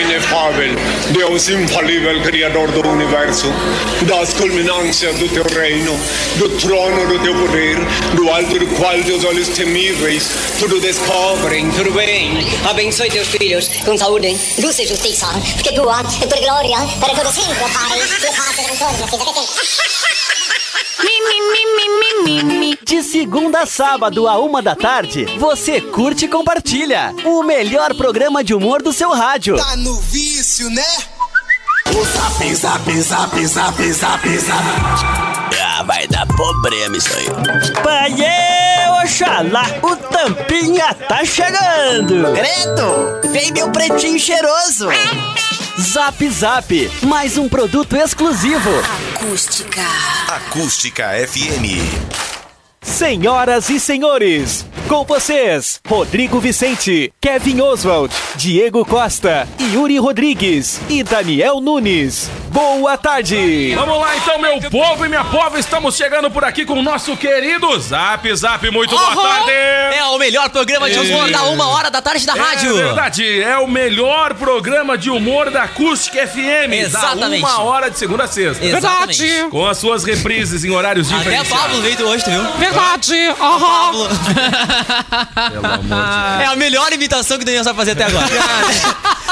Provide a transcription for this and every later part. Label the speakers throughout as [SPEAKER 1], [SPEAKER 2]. [SPEAKER 1] inefável, Deus infalível, Criador do universo, das culminâncias do teu reino, do trono do teu poder, do alto do qual teus olhos temíveis tudo descobrem, tudo bem.
[SPEAKER 2] Abençoe teus filhos com saúde,
[SPEAKER 3] luz e justiça, porque tua é tua glória, para todo sempre, Pai, e paz e contorno,
[SPEAKER 4] de segunda a sábado, a uma da tarde, você curte e compartilha. O melhor programa de humor do seu rádio.
[SPEAKER 5] Tá no vício, né?
[SPEAKER 6] O zap, zap, zap, zap, zap, zap. Ah, vai dar problema isso aí.
[SPEAKER 7] Paiê, Oxalá, o tampinha tá chegando.
[SPEAKER 8] Credo, vem meu pretinho cheiroso.
[SPEAKER 4] Zap Zap, mais um produto exclusivo.
[SPEAKER 9] Acústica.
[SPEAKER 10] Acústica FM.
[SPEAKER 4] Senhoras e senhores, com vocês, Rodrigo Vicente, Kevin Oswald, Diego Costa, Yuri Rodrigues e Daniel Nunes. Boa tarde!
[SPEAKER 11] Vamos lá então, meu povo e minha povo, estamos chegando por aqui com o nosso querido Zap Zap. Muito boa uhum. tarde!
[SPEAKER 12] É o melhor programa de humor é. da uma hora da tarde da
[SPEAKER 11] é
[SPEAKER 12] rádio.
[SPEAKER 11] É verdade, é o melhor programa de humor da Acústica FM.
[SPEAKER 12] Exatamente.
[SPEAKER 11] Da uma hora de segunda a sexta.
[SPEAKER 12] Exatamente.
[SPEAKER 11] Verdade. Com as suas reprises em horários diferentes.
[SPEAKER 12] Até É Pablo veio hoje, tu viu?
[SPEAKER 13] Verdade! Uhum.
[SPEAKER 12] Pelo amor de Deus. É a melhor imitação que o Daniel sabe fazer até agora.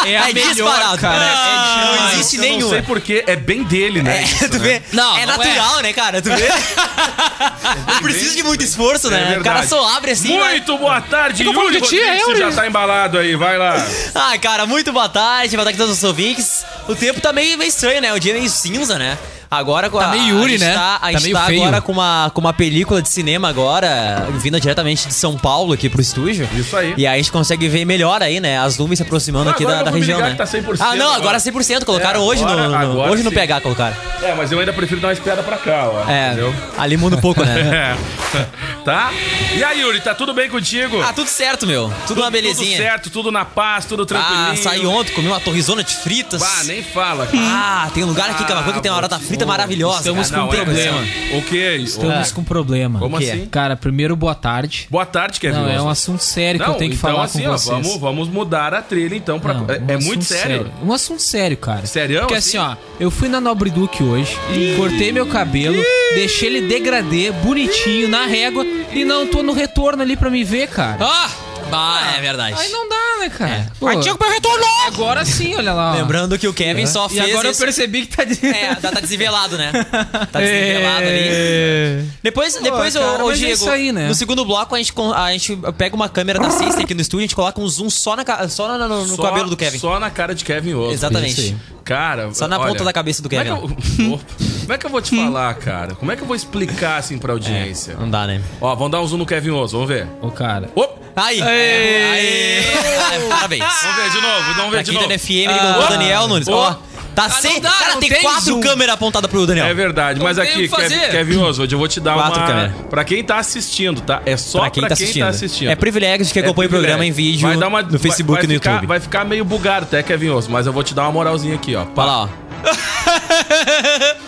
[SPEAKER 13] É, a é melhor, disparado. Cara.
[SPEAKER 12] Ah, não existe
[SPEAKER 11] então eu
[SPEAKER 12] nenhuma.
[SPEAKER 11] Não sei porque é bem dele, né?
[SPEAKER 12] É,
[SPEAKER 11] isso,
[SPEAKER 12] tu vê?
[SPEAKER 11] Né?
[SPEAKER 12] Não, é não natural, é. né, cara? Tu vê? Não é precisa de muito esforço, né? Verdade. o cara só abre assim.
[SPEAKER 11] Muito
[SPEAKER 12] né?
[SPEAKER 11] boa tarde, Yuri Rodrigues. Ti, você já tá embalado aí, vai lá.
[SPEAKER 12] Ah, cara, muito boa tarde. Boa tarde a todos os ouvintes. O tempo tá meio, meio estranho, né? O dia é meio cinza, né? Agora com
[SPEAKER 13] tá a, meio Yuri,
[SPEAKER 12] a gente
[SPEAKER 13] né?
[SPEAKER 12] tá, a
[SPEAKER 13] tá
[SPEAKER 12] gente tá
[SPEAKER 13] feio.
[SPEAKER 12] agora com uma, com uma película de cinema agora, vinda diretamente de São Paulo aqui pro estúdio.
[SPEAKER 11] Isso aí.
[SPEAKER 12] E aí a gente consegue ver melhor aí, né? As nuvens se aproximando ah, aqui da, da região, né?
[SPEAKER 11] Tá 100%,
[SPEAKER 12] ah, não, agora 100%, colocaram é, hoje agora, no, no agora hoje sim. no PH colocaram.
[SPEAKER 11] É, mas eu ainda prefiro dar uma espiada pra cá, ó.
[SPEAKER 12] É, entendeu? ali muda um pouco, né?
[SPEAKER 11] é. Tá? E aí, Yuri, tá tudo bem contigo?
[SPEAKER 12] Ah, tudo certo, meu. Tudo, tudo uma belezinha.
[SPEAKER 11] Tudo certo, tudo na paz, tudo tranquilo. Ah,
[SPEAKER 12] saí ontem, comi uma torrizona de fritas.
[SPEAKER 11] Ah, nem fala.
[SPEAKER 12] Cara. Ah, tem um lugar aqui, ah, Camacuã, que tem uma batata frita maravilhosa.
[SPEAKER 13] Estamos não, com um problema.
[SPEAKER 11] É, o que é isso?
[SPEAKER 13] Estamos
[SPEAKER 11] ah.
[SPEAKER 13] com problema.
[SPEAKER 11] Como assim?
[SPEAKER 13] Cara, primeiro, boa tarde.
[SPEAKER 11] Boa tarde, Kevin.
[SPEAKER 13] Não, é um assunto sério que não, eu tenho que
[SPEAKER 11] então,
[SPEAKER 13] falar
[SPEAKER 11] assim,
[SPEAKER 13] com vocês.
[SPEAKER 11] Ó, vamos, vamos mudar a trilha, então. Pra... Não, um é, é muito sério. sério.
[SPEAKER 13] Um assunto sério, cara.
[SPEAKER 11] Sério?
[SPEAKER 13] Porque assim, ó, eu fui na Nobre Duque hoje, Ih. cortei meu cabelo, Ih. deixei ele degradê, bonitinho, na régua, e não tô no retorno ali pra me ver, cara.
[SPEAKER 12] Ah! Ah, é verdade.
[SPEAKER 13] Aí não dá, né, cara? É.
[SPEAKER 12] Pô, Mas tinha que retornou!
[SPEAKER 13] Agora sim, olha lá. Ó.
[SPEAKER 12] Lembrando que o Kevin é. só fez.
[SPEAKER 13] E agora eu percebi que tá. De...
[SPEAKER 12] É, tá desnivelado, né? Tá desnivelado ali.
[SPEAKER 13] É.
[SPEAKER 12] Depois, Pô, depois cara, eu, Diego, é aí, né? no segundo bloco a gente, a gente pega uma câmera da System aqui no estúdio e a gente coloca um zoom só, na, só na, no, só, no, cabelo do Kevin.
[SPEAKER 11] Só na cara de Kevin Oswald.
[SPEAKER 12] Exatamente.
[SPEAKER 11] Cara,
[SPEAKER 12] só na
[SPEAKER 11] olha,
[SPEAKER 12] ponta da cabeça do Kevin.
[SPEAKER 11] Como é, que eu, como é que eu vou te falar, cara? Como é que eu vou explicar assim pra audiência? É,
[SPEAKER 12] não dá, né?
[SPEAKER 11] Ó, vamos dar um zoom no Kevin Oswald, vamos ver.
[SPEAKER 13] O cara.
[SPEAKER 11] Opa!
[SPEAKER 12] Aí! Aê! Aê! Parabéns.
[SPEAKER 11] Vamos ver de novo, vamos ver
[SPEAKER 12] aqui
[SPEAKER 11] de novo.
[SPEAKER 12] Aqui da FM, ah, ligou o Daniel Nunes. Ó, tá ah, sem... Dá, cara, tem, tem quatro zoom. câmeras apontadas pro Daniel.
[SPEAKER 11] É verdade, mas
[SPEAKER 13] Então
[SPEAKER 11] aqui, Kevin, Kevin Oswald, eu vou te dar
[SPEAKER 12] quatro
[SPEAKER 11] uma...
[SPEAKER 12] Câmera.
[SPEAKER 11] Pra quem tá assistindo, tá? É só pra quem, pra quem, tá, assistindo. tá assistindo.
[SPEAKER 12] É privilégio de quem é acompanha o programa em vídeo vai dar uma, no Facebook
[SPEAKER 11] vai,
[SPEAKER 12] vai e no
[SPEAKER 11] ficar,
[SPEAKER 12] YouTube.
[SPEAKER 11] Vai ficar meio bugado até, Kevin Oswald, mas eu vou te dar uma moralzinha aqui, ó.
[SPEAKER 12] Pá. Olha lá, ó.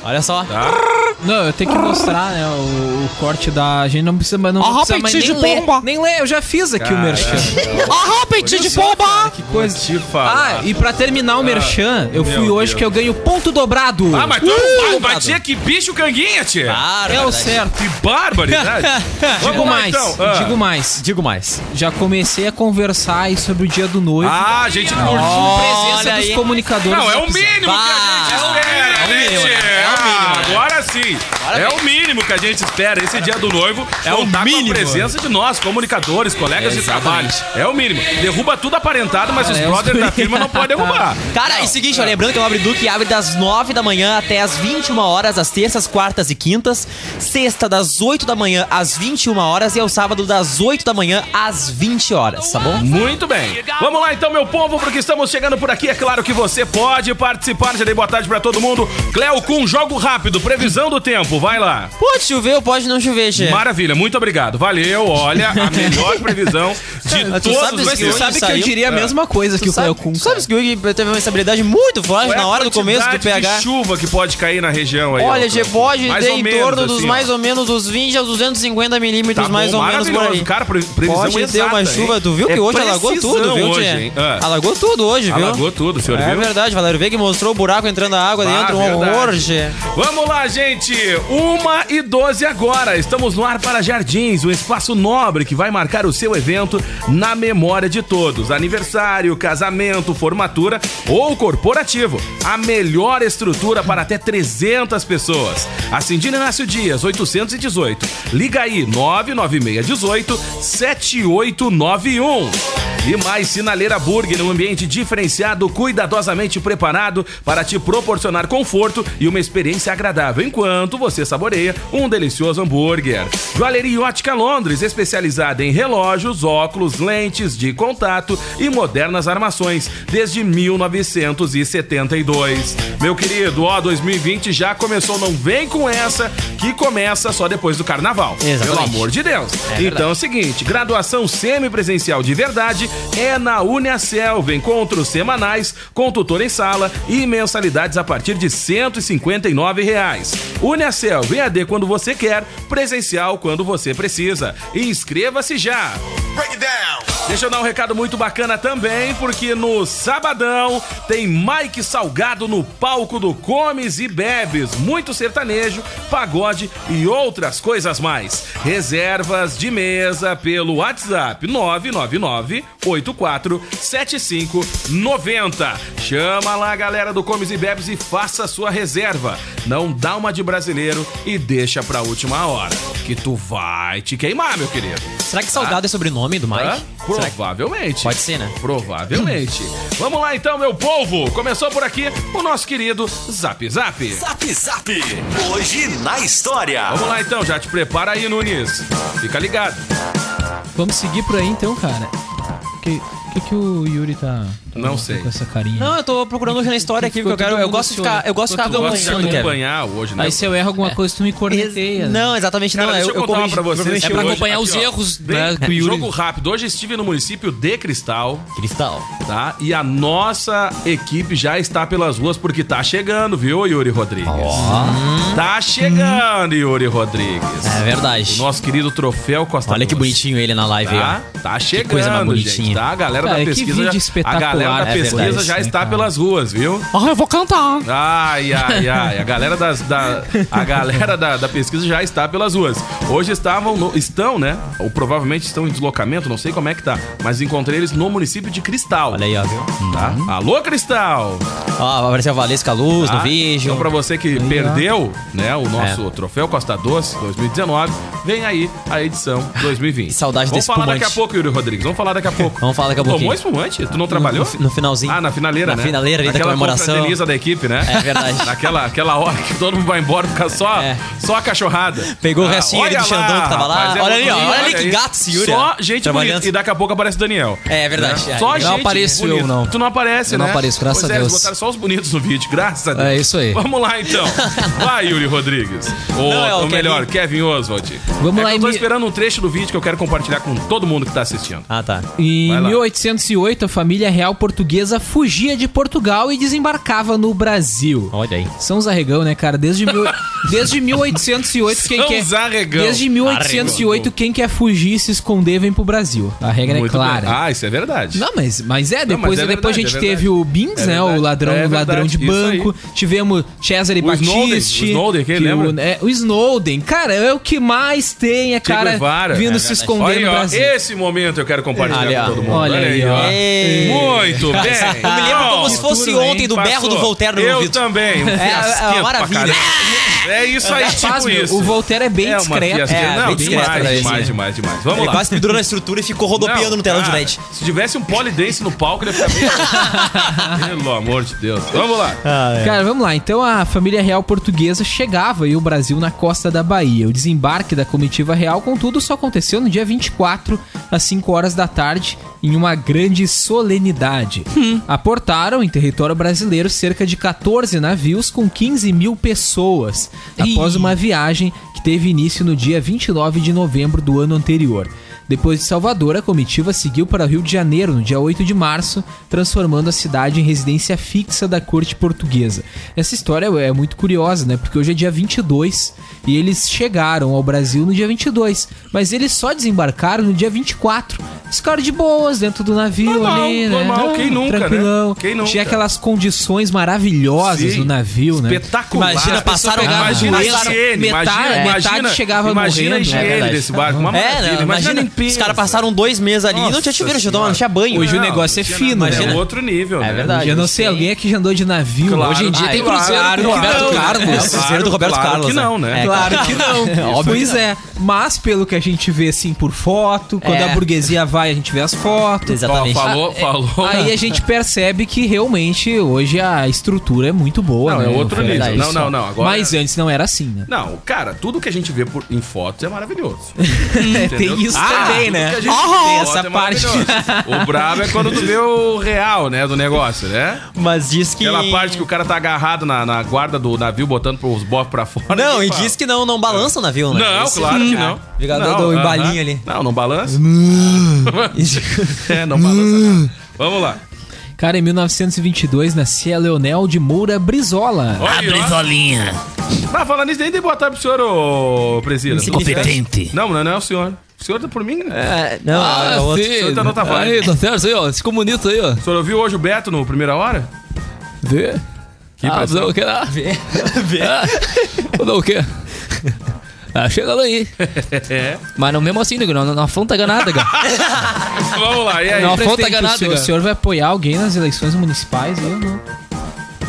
[SPEAKER 12] Olha só. Tá.
[SPEAKER 13] Não, eu tenho que mostrar, né, o, o corte da... A gente não precisa, mas não
[SPEAKER 12] oh,
[SPEAKER 13] precisa mais
[SPEAKER 12] de
[SPEAKER 13] nem
[SPEAKER 12] bomba.
[SPEAKER 13] ler. Nem ler, eu já fiz aqui Caramba. o merchan.
[SPEAKER 12] Ah, oh, de bomba!
[SPEAKER 11] Que coisa. Te falar.
[SPEAKER 13] Ah, e pra terminar o merchan, eu fui
[SPEAKER 11] Meu
[SPEAKER 13] hoje
[SPEAKER 11] Deus.
[SPEAKER 13] que eu ganho ponto dobrado.
[SPEAKER 11] Ah, mas tu uh, vai dizer que bicho canguinha, tia.
[SPEAKER 12] Claro,
[SPEAKER 13] é o certo.
[SPEAKER 11] Que barbaridade.
[SPEAKER 13] digo
[SPEAKER 11] lá,
[SPEAKER 13] mais,
[SPEAKER 11] então. Ah.
[SPEAKER 13] digo mais.
[SPEAKER 12] Digo mais.
[SPEAKER 13] Já comecei a conversar aí sobre o dia do noivo.
[SPEAKER 11] Ah, a gente curtiu.
[SPEAKER 13] a presença
[SPEAKER 12] olha
[SPEAKER 13] dos
[SPEAKER 12] aí.
[SPEAKER 13] comunicadores.
[SPEAKER 11] Não, é o
[SPEAKER 13] da
[SPEAKER 11] mínimo que a gente espera,
[SPEAKER 12] É o
[SPEAKER 11] né,
[SPEAKER 12] mínimo,
[SPEAKER 11] tia?
[SPEAKER 12] né? É o mínimo,
[SPEAKER 11] Ah,
[SPEAKER 12] né?
[SPEAKER 11] Agora sim. É o mínimo que a gente espera. Esse dia do noivo é
[SPEAKER 12] o
[SPEAKER 11] contar com
[SPEAKER 12] mínimo.
[SPEAKER 11] a presença de nós, comunicadores, colegas
[SPEAKER 12] É,
[SPEAKER 11] de trabalho.
[SPEAKER 12] exatamente. Ah,
[SPEAKER 11] É o mínimo. Derruba tudo aparentado, mas os
[SPEAKER 13] é,
[SPEAKER 11] brothers
[SPEAKER 13] os
[SPEAKER 11] da
[SPEAKER 13] guri-
[SPEAKER 11] firma não podem derrubar.
[SPEAKER 12] Cara, é o seguinte, ó, lembrando que o Abre Duque abre das 9 da manhã até as 21 horas, às terças, quartas e quintas. Sexta, das 8 da manhã às 21 horas. E ao sábado, das 8 da manhã às 20 horas, tá bom?
[SPEAKER 11] Muito bem. Vamos lá então, meu povo, porque estamos chegando por aqui. É claro que você pode participar. Já dei boa tarde pra todo mundo. Cleo Kuhn, jogo rápido, previsão do tempo, vai lá.
[SPEAKER 12] Pode chover ou pode não chover, gente.
[SPEAKER 11] Maravilha, muito obrigado. Valeu, olha, a melhor previsão De
[SPEAKER 12] Mas Ah, tu
[SPEAKER 11] todos
[SPEAKER 12] sabe,
[SPEAKER 11] os
[SPEAKER 12] mas
[SPEAKER 11] que
[SPEAKER 12] tu
[SPEAKER 11] hoje
[SPEAKER 12] sabe
[SPEAKER 11] saiu?
[SPEAKER 12] que eu diria a
[SPEAKER 11] É.
[SPEAKER 12] mesma coisa que
[SPEAKER 11] Tu
[SPEAKER 12] o Cleo
[SPEAKER 11] sabe-
[SPEAKER 12] Kun. Sabe que o Yuri teve uma estabilidade muito forte
[SPEAKER 11] Qual é a
[SPEAKER 12] na hora do começo do
[SPEAKER 11] quantidade
[SPEAKER 12] PH.
[SPEAKER 11] De chuva que pode cair na região aí.
[SPEAKER 12] Olha,
[SPEAKER 11] ô, Cleo Kun?
[SPEAKER 12] Gebode
[SPEAKER 11] Mais
[SPEAKER 12] tem
[SPEAKER 11] ou
[SPEAKER 12] em
[SPEAKER 11] menos,
[SPEAKER 12] torno dos
[SPEAKER 11] assim, ó.
[SPEAKER 12] mais ou menos dos 20 aos 250 milímetros,
[SPEAKER 11] Tá
[SPEAKER 12] mais
[SPEAKER 11] bom,
[SPEAKER 12] ou menos por
[SPEAKER 11] maravilhoso.
[SPEAKER 12] aí.
[SPEAKER 11] Cara, pre- previsão
[SPEAKER 12] Pode ter
[SPEAKER 11] exata,
[SPEAKER 12] uma
[SPEAKER 11] hein?
[SPEAKER 12] chuva, tu viu que
[SPEAKER 11] É
[SPEAKER 12] hoje alagou tudo,
[SPEAKER 11] precisão
[SPEAKER 12] viu,
[SPEAKER 11] hoje,
[SPEAKER 12] Tchê?
[SPEAKER 11] hein? Ah.
[SPEAKER 12] Alagou tudo hoje, viu?
[SPEAKER 11] Alagou tudo, o senhor
[SPEAKER 12] É
[SPEAKER 11] viu?
[SPEAKER 12] verdade, Valério Veiga mostrou o buraco entrando a água
[SPEAKER 11] Ah,
[SPEAKER 12] dentro, um
[SPEAKER 11] verdade.
[SPEAKER 12] horror, Tchê.
[SPEAKER 11] Vamos lá, gente! 1 e 12 agora. Estamos no ar para Jardins, um espaço nobre que vai marcar o seu evento na memória de todos. Aniversário, casamento, formatura ou corporativo. A melhor estrutura para até 300 pessoas. Acindi Inácio Dias, 818. Liga aí, 99618 7891. E mais Sinaleira Burger, um ambiente diferenciado, cuidadosamente preparado para te proporcionar conforto e uma experiência agradável enquanto você saboreia um delicioso hambúrguer. Joalheria Ótica Londres, especializada em relógios, óculos, lentes de contato e modernas armações desde 1972. Meu querido, ó, 2020 já começou, não vem com essa que começa só depois do carnaval. Pelo
[SPEAKER 12] Exatamente.
[SPEAKER 11] amor de Deus.
[SPEAKER 12] verdade.
[SPEAKER 11] então é o seguinte, graduação semipresencial de verdade é na Uniaselv, encontros semanais com tutor em sala e mensalidades a partir de R$ 159 reais. Uniaselv, EAD quando você quer, presencial quando você precisa. Inscreva-se já! Deixa eu dar um recado muito bacana também, porque no sabadão tem Mike Salgado no palco do Comes e Bebes, muito sertanejo, pagode e outras coisas mais. Reservas de mesa pelo WhatsApp 999 847590. Chama lá a galera do Comes e Bebes e faça a sua reserva. Não dá uma de brasileiro e deixa pra última hora, que tu vai te queimar, meu querido.
[SPEAKER 12] Será que Salgado é sobrenome do Mike?
[SPEAKER 11] Ah. Hã?
[SPEAKER 12] Será que-
[SPEAKER 11] Provavelmente.
[SPEAKER 12] Pode ser, né?
[SPEAKER 11] Provavelmente. Vamos lá então, meu povo. Começou por aqui o nosso querido Zap Zap.
[SPEAKER 6] Zap Zap, hoje na história.
[SPEAKER 11] Vamos lá então, já te prepara aí, Nunes. Fica ligado.
[SPEAKER 13] Vamos seguir por aí então, cara. O que, que, que o Yuri tá. tá
[SPEAKER 11] Não sei.
[SPEAKER 13] Com essa carinha.
[SPEAKER 12] Não, eu tô procurando hoje na história aqui, porque eu quero. Eu gosto de ficar. Eu gosto de ficar
[SPEAKER 11] Tu gosta de
[SPEAKER 12] acompanhando, Kevin.
[SPEAKER 11] acompanhar hoje, né?
[SPEAKER 13] Aí se eu erro alguma coisa, tu me corneteia.
[SPEAKER 12] É.
[SPEAKER 13] né?
[SPEAKER 12] Não, exatamente não.
[SPEAKER 11] Cara, deixa eu, contar uma
[SPEAKER 12] corrigi-
[SPEAKER 11] pra vocês.
[SPEAKER 13] é
[SPEAKER 11] que
[SPEAKER 13] pra
[SPEAKER 11] hoje-
[SPEAKER 13] acompanhar
[SPEAKER 11] aqui,
[SPEAKER 13] os
[SPEAKER 11] ó.
[SPEAKER 13] erros,
[SPEAKER 11] Bem,
[SPEAKER 13] né, que o Yuri-
[SPEAKER 11] Jogo rápido. Hoje estive no município de Cristal,
[SPEAKER 12] Cristal.
[SPEAKER 11] tá? E a nossa equipe já está pelas ruas porque tá chegando, viu, Yuri Rodrigues? Tá chegando, Yuri Rodrigues.
[SPEAKER 12] É verdade.
[SPEAKER 11] O nosso querido troféu Costa
[SPEAKER 12] Olha
[SPEAKER 11] Doce.
[SPEAKER 12] que bonitinho ele na live aí, ó.
[SPEAKER 11] Tá, tá chegando,
[SPEAKER 12] coisa mais
[SPEAKER 11] Gente,
[SPEAKER 12] bonitinha.
[SPEAKER 11] tá? A galera
[SPEAKER 13] Cara,
[SPEAKER 11] da
[SPEAKER 13] que
[SPEAKER 11] pesquisa,
[SPEAKER 13] vídeo
[SPEAKER 11] já, a
[SPEAKER 13] espetacular.
[SPEAKER 11] galera da
[SPEAKER 12] É
[SPEAKER 11] pesquisa
[SPEAKER 12] verdade,
[SPEAKER 11] já
[SPEAKER 13] né,
[SPEAKER 11] está
[SPEAKER 13] cara?
[SPEAKER 11] pelas ruas, viu?
[SPEAKER 13] Ah, eu vou cantar.
[SPEAKER 11] Ai, ai, ai. A galera, das, da, a galera da, da pesquisa já está pelas ruas. Hoje estavam, no- estão, né? Ou provavelmente estão em deslocamento, não sei como é que tá. Mas encontrei eles no município de Cristal.
[SPEAKER 12] Olha aí, Uhum. ó, viu?
[SPEAKER 11] Tá? Alô, Cristal!
[SPEAKER 12] Ó, apareceu a Valesca Luz
[SPEAKER 11] Tá?
[SPEAKER 12] no vídeo.
[SPEAKER 11] Então, pra você que perdeu né, o nosso
[SPEAKER 12] É.
[SPEAKER 11] troféu Costa Doce 2019, vem aí a edição 2020.
[SPEAKER 12] Que saudade
[SPEAKER 11] Vamos
[SPEAKER 12] desse
[SPEAKER 11] falar daqui a
[SPEAKER 12] espumante.
[SPEAKER 11] pouco, Yuri Rodrigues. Vamos falar daqui a pouco.
[SPEAKER 12] Vamos falar daqui a
[SPEAKER 11] Tomou
[SPEAKER 12] pouquinho.
[SPEAKER 11] espumante? Tu não trabalhou?
[SPEAKER 12] No, no finalzinho.
[SPEAKER 11] Ah, na finaleira,
[SPEAKER 12] Na
[SPEAKER 11] né?
[SPEAKER 12] finaleira ali da
[SPEAKER 11] Naquela
[SPEAKER 12] comemoração.
[SPEAKER 11] confraterniza da equipe, né?
[SPEAKER 12] É verdade.
[SPEAKER 11] Naquela aquela hora que todo mundo vai embora, fica só,
[SPEAKER 12] É.
[SPEAKER 11] só a cachorrada. Ah,
[SPEAKER 12] Pegou o restinho ali
[SPEAKER 11] olha
[SPEAKER 12] do Xandão que tava lá.
[SPEAKER 11] rapaz, é
[SPEAKER 12] Olha ali, ó,
[SPEAKER 11] bonito,
[SPEAKER 12] olha ali que
[SPEAKER 11] aí.
[SPEAKER 12] gato esse Yuri,
[SPEAKER 11] Só
[SPEAKER 12] ó.
[SPEAKER 11] gente
[SPEAKER 12] Trabalhando.
[SPEAKER 11] bonita. E daqui a pouco aparece o Daniel.
[SPEAKER 12] É verdade.
[SPEAKER 11] Né?
[SPEAKER 12] É,
[SPEAKER 11] Só
[SPEAKER 12] não
[SPEAKER 11] gente
[SPEAKER 13] apareço eu,
[SPEAKER 11] bonita.
[SPEAKER 13] não.
[SPEAKER 11] Tu não aparece,
[SPEAKER 13] Eu
[SPEAKER 11] né?
[SPEAKER 13] não apareço, graças
[SPEAKER 11] Pois
[SPEAKER 13] a
[SPEAKER 11] é, eles
[SPEAKER 13] Deus.
[SPEAKER 11] botaram só os bonitos no vídeo, graças a Deus.
[SPEAKER 13] É isso aí.
[SPEAKER 11] Vamos lá, então. Vai, Yuri Rodrigues. Ou,
[SPEAKER 12] Não, é o
[SPEAKER 11] ou
[SPEAKER 12] Kevin.
[SPEAKER 11] melhor, Kevin Oswald.
[SPEAKER 13] Vamos
[SPEAKER 11] É
[SPEAKER 13] lá,
[SPEAKER 11] que Eu tô
[SPEAKER 13] Emi-
[SPEAKER 11] esperando um trecho do vídeo que eu quero compartilhar com todo mundo que tá assistindo.
[SPEAKER 12] Ah, tá.
[SPEAKER 13] Em
[SPEAKER 11] Vai lá.
[SPEAKER 13] 1808, a família real portuguesa fugia de Portugal e desembarcava no Brasil.
[SPEAKER 12] Olha aí.
[SPEAKER 13] São Zarregão, né, cara? Desde, mil... desde 1808, quem
[SPEAKER 11] São
[SPEAKER 13] quer.
[SPEAKER 11] Zarregão.
[SPEAKER 13] Desde 1808, quem quer fugir se esconder vem pro Brasil. A regra
[SPEAKER 11] Muito
[SPEAKER 13] é clara.
[SPEAKER 11] bem. Ah, isso é verdade.
[SPEAKER 13] Não, mas, mas é,
[SPEAKER 11] Não,
[SPEAKER 13] depois,
[SPEAKER 11] mas é
[SPEAKER 13] depois a
[SPEAKER 11] verdade, é
[SPEAKER 13] gente
[SPEAKER 11] verdade.
[SPEAKER 13] teve o Bins, né?
[SPEAKER 11] É verdade,
[SPEAKER 13] o ladrão,
[SPEAKER 11] é
[SPEAKER 13] o ladrão de
[SPEAKER 11] verdade, isso
[SPEAKER 13] banco. Tivemos Cesare
[SPEAKER 11] O Snowden,
[SPEAKER 13] Battisti.
[SPEAKER 11] o Snowden, quem
[SPEAKER 13] que
[SPEAKER 11] lembra?
[SPEAKER 13] O, é, o Snowden. Cara, é o que mais tem, é
[SPEAKER 11] Che
[SPEAKER 13] cara
[SPEAKER 11] Guevara.
[SPEAKER 13] vindo
[SPEAKER 11] É
[SPEAKER 13] se
[SPEAKER 11] verdade.
[SPEAKER 13] esconder
[SPEAKER 11] Olha aí,
[SPEAKER 13] no
[SPEAKER 11] ó,
[SPEAKER 13] Brasil.
[SPEAKER 11] Esse momento eu quero compartilhar
[SPEAKER 12] Olha,
[SPEAKER 11] com todo mundo.
[SPEAKER 13] olha aí, ó.
[SPEAKER 12] Ei.
[SPEAKER 11] Muito bem.
[SPEAKER 12] Eu me lembro como se
[SPEAKER 11] Bom,
[SPEAKER 12] fosse
[SPEAKER 13] futuro, hein?
[SPEAKER 12] ontem do
[SPEAKER 11] passou.
[SPEAKER 12] berro do Voltaire no meu
[SPEAKER 11] Eu
[SPEAKER 12] ouvido.
[SPEAKER 11] também. Um
[SPEAKER 12] é uma
[SPEAKER 11] fiasquento pra
[SPEAKER 12] maravilha.
[SPEAKER 11] caralho. É isso aí, tipo
[SPEAKER 13] Pasme,
[SPEAKER 11] isso.
[SPEAKER 13] o Voltaire é bem
[SPEAKER 11] uma
[SPEAKER 13] discreto.
[SPEAKER 11] fiasqueira.
[SPEAKER 12] É,
[SPEAKER 11] Não,
[SPEAKER 12] bem discreto
[SPEAKER 11] demais,
[SPEAKER 12] pra ele,
[SPEAKER 11] demais,
[SPEAKER 12] né?
[SPEAKER 11] demais, demais. Vamos
[SPEAKER 12] Ele
[SPEAKER 11] lá.
[SPEAKER 12] quase pendurou na estrutura e ficou rodopiando
[SPEAKER 11] Não,
[SPEAKER 12] no telão
[SPEAKER 11] cara,
[SPEAKER 12] de LED.
[SPEAKER 11] Se tivesse um polidense no palco, ele ia ficar meio... Pelo amor de Deus. Vamos lá.
[SPEAKER 12] Ah, é.
[SPEAKER 13] Cara, vamos lá. Então a família real portuguesa chegava e o Brasil na costa da Bahia. O desembarque da comitiva real, contudo, só aconteceu no dia 24, às 5 horas da tarde, em uma grande solenidade. Aportaram em território brasileiro cerca de 14 navios com 15 mil pessoas, após uma viagem que teve início no dia 29 de novembro do ano anterior. Depois de Salvador, a comitiva seguiu para o Rio de Janeiro no dia 8 de março, transformando a cidade em residência fixa da corte portuguesa. Essa história é muito curiosa, né? Porque hoje é dia 22 e eles chegaram ao Brasil no dia 22, mas eles só desembarcaram no dia 24. Ficaram de boas dentro do navio
[SPEAKER 11] Normal,
[SPEAKER 13] ali, né?
[SPEAKER 11] normal, quem nunca, né?
[SPEAKER 13] tranquilão.
[SPEAKER 11] Quem nunca?
[SPEAKER 13] Tinha aquelas condições maravilhosas
[SPEAKER 11] Sim,
[SPEAKER 13] do navio, né?
[SPEAKER 11] Espetacular.
[SPEAKER 12] Imagina,
[SPEAKER 11] As
[SPEAKER 12] passaram
[SPEAKER 11] pessoas-
[SPEAKER 12] a
[SPEAKER 11] imagina a
[SPEAKER 12] doença,
[SPEAKER 11] higiene,
[SPEAKER 12] metade-
[SPEAKER 11] imagina,
[SPEAKER 12] metade
[SPEAKER 11] imagina,
[SPEAKER 12] chegava
[SPEAKER 11] imagina
[SPEAKER 12] morrendo.
[SPEAKER 11] a
[SPEAKER 12] É
[SPEAKER 11] higiene
[SPEAKER 12] verdade.
[SPEAKER 11] desse barco, uma
[SPEAKER 12] É,
[SPEAKER 11] maravilha.
[SPEAKER 12] não,
[SPEAKER 11] imagina,
[SPEAKER 12] imagina,
[SPEAKER 11] limpeza.
[SPEAKER 12] os caras passaram dois meses ali e não tinha
[SPEAKER 11] Nossa
[SPEAKER 12] chuveiro,
[SPEAKER 11] Senhora.
[SPEAKER 12] não tinha banho.
[SPEAKER 13] Hoje o
[SPEAKER 11] Não,
[SPEAKER 13] negócio é
[SPEAKER 11] não tinha
[SPEAKER 13] fino,
[SPEAKER 11] nada,
[SPEAKER 13] né?
[SPEAKER 11] É outro nível,
[SPEAKER 12] É
[SPEAKER 11] né?
[SPEAKER 12] verdade.
[SPEAKER 13] Eu não sei, alguém aqui já andou de navio.
[SPEAKER 11] Claro.
[SPEAKER 13] Hoje em dia
[SPEAKER 11] Ah,
[SPEAKER 13] tem
[SPEAKER 11] claro,
[SPEAKER 13] cruzeiro
[SPEAKER 11] claro,
[SPEAKER 13] do
[SPEAKER 11] claro,
[SPEAKER 13] Roberto
[SPEAKER 11] claro,
[SPEAKER 13] Carlos.
[SPEAKER 12] É,
[SPEAKER 13] né?
[SPEAKER 12] o Cruzeiro do Roberto
[SPEAKER 11] claro
[SPEAKER 12] Carlos.
[SPEAKER 11] que não, né?
[SPEAKER 12] É,
[SPEAKER 13] Claro que não.
[SPEAKER 12] Óbvio
[SPEAKER 13] pois
[SPEAKER 12] que
[SPEAKER 13] é. Mas pelo que a gente vê assim por foto, quando
[SPEAKER 12] É.
[SPEAKER 13] a burguesia vai, a gente vê as fotos.
[SPEAKER 12] Exatamente. É,
[SPEAKER 11] Ó, falou, falou.
[SPEAKER 13] Aí a gente percebe que realmente hoje a estrutura é muito boa.
[SPEAKER 11] Não,
[SPEAKER 13] né?
[SPEAKER 11] é outro
[SPEAKER 13] Foi
[SPEAKER 11] nível.
[SPEAKER 13] isso.
[SPEAKER 11] Não, não, não, agora- é
[SPEAKER 13] Mas antes não era assim, né?
[SPEAKER 11] Não, cara, tudo que a gente vê por- em fotos é maravilhoso.
[SPEAKER 13] É, Tem isso
[SPEAKER 11] Ah,
[SPEAKER 13] também,
[SPEAKER 11] tudo
[SPEAKER 13] né?
[SPEAKER 11] que a gente
[SPEAKER 13] Oh,
[SPEAKER 11] vê em
[SPEAKER 13] essa
[SPEAKER 11] foto é
[SPEAKER 13] parte.
[SPEAKER 11] maravilhoso. O brabo é quando tu vê o real, né, do negócio, né?
[SPEAKER 12] Mas diz que.
[SPEAKER 11] Aquela parte que o cara tá agarrado na, na guarda do navio, botando os bofs pra fora.
[SPEAKER 12] Não,
[SPEAKER 11] ninguém
[SPEAKER 12] e
[SPEAKER 11] fala.
[SPEAKER 12] diz que não, não balança o navio, né?
[SPEAKER 11] Não,
[SPEAKER 12] Esse-
[SPEAKER 11] claro que não.
[SPEAKER 12] Fica
[SPEAKER 11] Não,
[SPEAKER 12] dando um
[SPEAKER 11] aham.
[SPEAKER 12] embalinho ali.
[SPEAKER 11] Não, não balança. é, não balança. não. Vamos lá.
[SPEAKER 13] Cara, em 1922 nascia Leonel de Moura Brizola.
[SPEAKER 11] Olha, ó.
[SPEAKER 8] Brizolinha.
[SPEAKER 11] Não, falando nisso, nem dei boa tarde pro senhor, ô Presida.
[SPEAKER 8] Incompetente.
[SPEAKER 11] Não, não, não é o senhor. O senhor tá por mim, né?
[SPEAKER 12] É, não, é outro.
[SPEAKER 11] O senhor tá nota vibe.
[SPEAKER 13] tá certo aí, ó. Esse comunista aí, ó.
[SPEAKER 11] O senhor ouviu hoje o Beto no Primeira Hora?
[SPEAKER 13] Vê?
[SPEAKER 11] Que
[SPEAKER 5] Ah,
[SPEAKER 11] prazer.
[SPEAKER 13] o que lá? Vê. Vê. o quê? Ah, chega lá aí.
[SPEAKER 11] É.
[SPEAKER 13] Mas não mesmo assim, nego, não, não afronta nada, cara.
[SPEAKER 11] Vamos lá,
[SPEAKER 5] É,
[SPEAKER 11] e aí?
[SPEAKER 13] Não afronta
[SPEAKER 12] Presidente,
[SPEAKER 13] nada,
[SPEAKER 12] o senhor-
[SPEAKER 13] cara. O
[SPEAKER 12] o
[SPEAKER 13] senhor vai apoiar alguém nas eleições municipais? Eu não.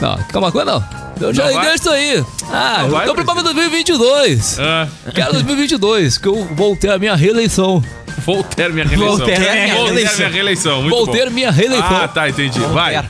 [SPEAKER 5] Não, calma, coisa não. Eu já
[SPEAKER 11] Não vai?
[SPEAKER 5] deixo isso aí. Ah,
[SPEAKER 11] Não
[SPEAKER 5] eu
[SPEAKER 11] vai,
[SPEAKER 5] tô preparando 2022.
[SPEAKER 11] Ah,
[SPEAKER 5] Quero 2022, que eu vou ter a minha reeleição.
[SPEAKER 11] vou ter minha reeleição.
[SPEAKER 12] Vou ter minha
[SPEAKER 11] Vou ter
[SPEAKER 12] reeleição.
[SPEAKER 11] minha reeleição. Muito
[SPEAKER 5] vou
[SPEAKER 11] bom.
[SPEAKER 5] ter minha reeleição.
[SPEAKER 11] Ah, tá, entendi. Vai.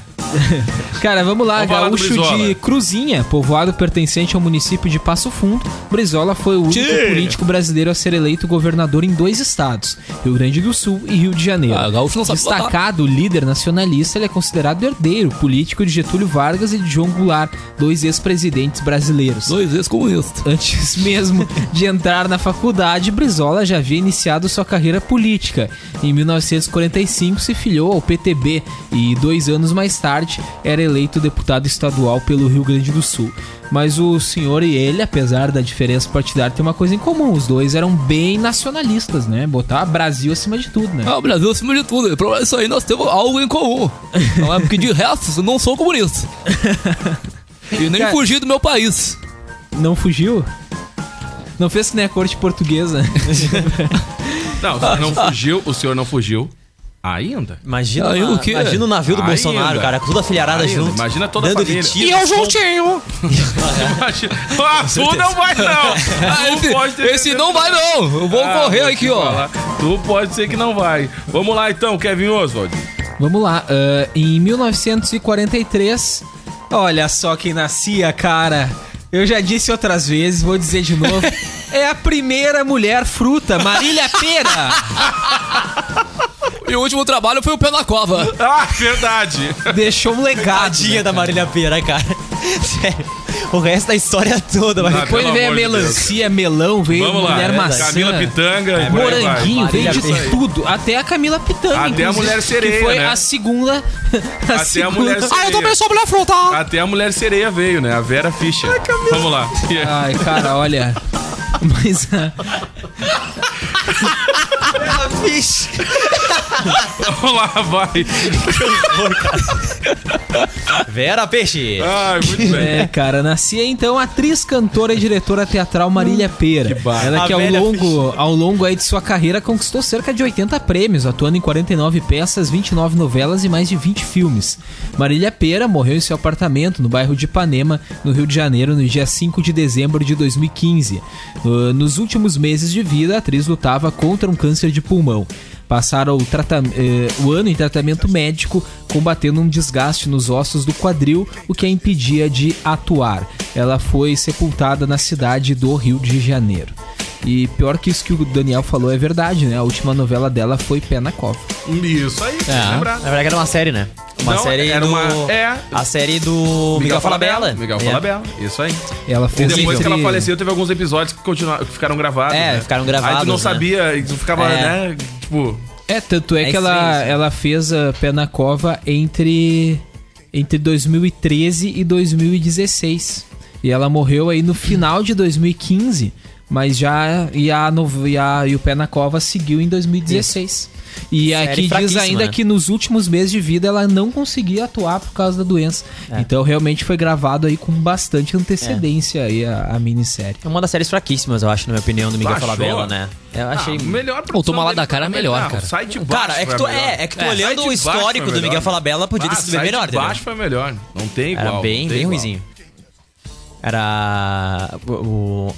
[SPEAKER 13] Cara, vamos lá,
[SPEAKER 11] Vamos falar do
[SPEAKER 13] gaúcho
[SPEAKER 11] Brizola.
[SPEAKER 13] de Cruzinha, povoado pertencente ao município de Passo Fundo, Brizola foi o único político brasileiro a ser eleito governador em dois estados, Rio Grande do Sul e Rio de Janeiro.
[SPEAKER 5] Ah, gaúcho não sabe votar.
[SPEAKER 13] Destacado líder nacionalista, ele é considerado herdeiro político de Getúlio Vargas e de João Goulart, dois ex-presidentes brasileiros.
[SPEAKER 5] Dois ex-comunistas.
[SPEAKER 13] Antes mesmo de entrar na faculdade, Brizola já havia iniciado sua carreira política. Em 1945 se filiou ao PTB e dois anos mais tarde era eleito deputado estadual pelo Rio Grande do Sul. Mas o senhor e ele, apesar da diferença partidária, tem uma coisa em comum. Os dois eram bem nacionalistas, né? Botar Brasil acima de tudo, né?
[SPEAKER 5] Ah, o Brasil acima de tudo. Pra isso aí nós temos algo em comum. Não é porque de resto eu não sou comunista. E nem
[SPEAKER 13] Cara-
[SPEAKER 5] fugir do meu país.
[SPEAKER 13] Não fugiu? Não fez que nem a corte portuguesa.
[SPEAKER 11] Não, o senhor não fugiu, o senhor não fugiu. Ainda.
[SPEAKER 12] Imagina,
[SPEAKER 5] Aí,
[SPEAKER 12] uma-
[SPEAKER 5] o quê?
[SPEAKER 12] imagina o navio do
[SPEAKER 11] Ainda.
[SPEAKER 12] Bolsonaro, cara, com toda a filharada
[SPEAKER 11] Ainda.
[SPEAKER 12] junto.
[SPEAKER 11] Imagina toda a
[SPEAKER 12] dando
[SPEAKER 11] família.
[SPEAKER 12] E eu juntinho.
[SPEAKER 11] Imagina. Ah, tu não vai,
[SPEAKER 5] Ah,
[SPEAKER 11] não. Tu pode
[SPEAKER 5] esse,
[SPEAKER 11] ter
[SPEAKER 5] esse não vai não. Eu vou
[SPEAKER 11] Ah,
[SPEAKER 5] correr
[SPEAKER 11] vou te
[SPEAKER 5] aqui, ó.
[SPEAKER 11] falar. Tu pode ser que não vai. Vamos lá então, Kevin Oswald.
[SPEAKER 13] Vamos lá, ah, em 1943, olha só quem nascia, cara. Eu já disse outras vezes, vou dizer de novo. é a primeira mulher fruta, Marília Pera.
[SPEAKER 5] E o último trabalho foi o pé na cova.
[SPEAKER 11] Ah, verdade.
[SPEAKER 13] Deixou um legado. né?
[SPEAKER 12] Tadinha da Marília Pera, cara. Sério. O resto da história toda, mas.
[SPEAKER 11] Nada.
[SPEAKER 13] Depois
[SPEAKER 11] Ah, Pelo
[SPEAKER 13] veio a
[SPEAKER 11] amor de
[SPEAKER 13] melancia, melão, veio
[SPEAKER 11] Vamos lá. É,
[SPEAKER 13] mulher maçã.
[SPEAKER 11] Camila Pitanga. e por aí vai.
[SPEAKER 13] Moranguinho, veio
[SPEAKER 12] Marília
[SPEAKER 13] de
[SPEAKER 12] Pera.
[SPEAKER 13] tudo. Até a Camila Pitanga,
[SPEAKER 11] Até a
[SPEAKER 13] inclusive,
[SPEAKER 11] Mulher Sereia,
[SPEAKER 13] Que foi
[SPEAKER 11] né?
[SPEAKER 13] a segunda... A
[SPEAKER 11] Até
[SPEAKER 13] segunda.
[SPEAKER 11] a mulher sereia.
[SPEAKER 13] Ah, sou mulher fruta.
[SPEAKER 11] Até a mulher sereia veio, né? A Vera Fischer. Vamos lá.
[SPEAKER 13] Ai, cara, olha... Mas... ah,
[SPEAKER 11] Vamos lá, vai.
[SPEAKER 12] Vera Peixe.
[SPEAKER 11] Ai, muito bem.
[SPEAKER 13] É, cara, nascia então a atriz, cantora e diretora teatral Marília
[SPEAKER 11] Hum.
[SPEAKER 13] Pera. Ela que
[SPEAKER 12] A
[SPEAKER 13] ao
[SPEAKER 12] velha
[SPEAKER 13] longo, ao longo aí de sua carreira conquistou cerca de 80 prêmios, atuando em 49 peças, 29 novelas e mais de 20 filmes. Marília Pera morreu em seu apartamento no bairro de Ipanema, no Rio de Janeiro, no dia 5 de dezembro de 2015. Uh, Nos últimos meses de vida, a atriz lutava contra um câncer de pulmão. Passaram o, tratam- eh, o ano em tratamento médico, combatendo um desgaste nos ossos do quadril, o que a impedia de atuar. Ela foi sepultada na cidade do Rio de Janeiro. E pior que isso que o Daniel falou é verdade, né? A última novela dela foi Pé na Cova.
[SPEAKER 11] Isso aí,
[SPEAKER 12] É.
[SPEAKER 11] lembrar.
[SPEAKER 12] Na verdade era uma série, né? Uma
[SPEAKER 11] Não,
[SPEAKER 12] série
[SPEAKER 11] era
[SPEAKER 12] do...
[SPEAKER 11] uma- é.
[SPEAKER 12] A série do Miguel Falabella.
[SPEAKER 11] Miguel
[SPEAKER 12] É.
[SPEAKER 11] Falabella, isso aí.
[SPEAKER 13] Ela
[SPEAKER 11] E
[SPEAKER 13] fez
[SPEAKER 11] depois que ela
[SPEAKER 13] entre-
[SPEAKER 11] faleceu, teve alguns episódios que, continuaram, que ficaram gravados.
[SPEAKER 12] É,
[SPEAKER 11] né?
[SPEAKER 12] ficaram
[SPEAKER 11] Aí tu
[SPEAKER 12] gravados,
[SPEAKER 11] não
[SPEAKER 12] né?
[SPEAKER 11] sabia, e tu ficava,
[SPEAKER 12] É.
[SPEAKER 11] né? Tipo.
[SPEAKER 13] É, tanto é,
[SPEAKER 11] É
[SPEAKER 13] que ela,
[SPEAKER 12] né?
[SPEAKER 11] estranho,
[SPEAKER 13] ela fez a Pé na Cova entre, entre 2013 e 2016. E ela morreu aí no final de 2015, mas já. E, a, no- e, a- e o Pé na Cova seguiu em 2016. E
[SPEAKER 12] Série
[SPEAKER 13] aqui diz
[SPEAKER 12] fraquíssima,
[SPEAKER 13] ainda
[SPEAKER 12] né?
[SPEAKER 13] que nos últimos meses de vida ela não conseguia atuar por causa da doença.
[SPEAKER 12] É.
[SPEAKER 13] Então realmente foi gravado aí com bastante antecedência aí a, a minissérie.
[SPEAKER 12] É uma das séries fraquíssimas, eu acho, na minha opinião, do Miguel
[SPEAKER 13] Tu achou?
[SPEAKER 12] Falabella, né? Eu achei.
[SPEAKER 11] Ah, melhor
[SPEAKER 12] Pô, o Toma lá da cara é melhor,
[SPEAKER 11] Ah, o
[SPEAKER 12] cara.
[SPEAKER 11] Sai de baixo.
[SPEAKER 12] cara, é que tu, é, é que tu olhando o histórico
[SPEAKER 11] é
[SPEAKER 12] do Miguel Falabella, podia ter sido bem melhor,
[SPEAKER 11] O né? Ah, de baixo foi melhor. Não tem igual.
[SPEAKER 12] Era bem,
[SPEAKER 11] não tem
[SPEAKER 12] bem
[SPEAKER 11] igual.
[SPEAKER 12] ruizinho. Era o, o,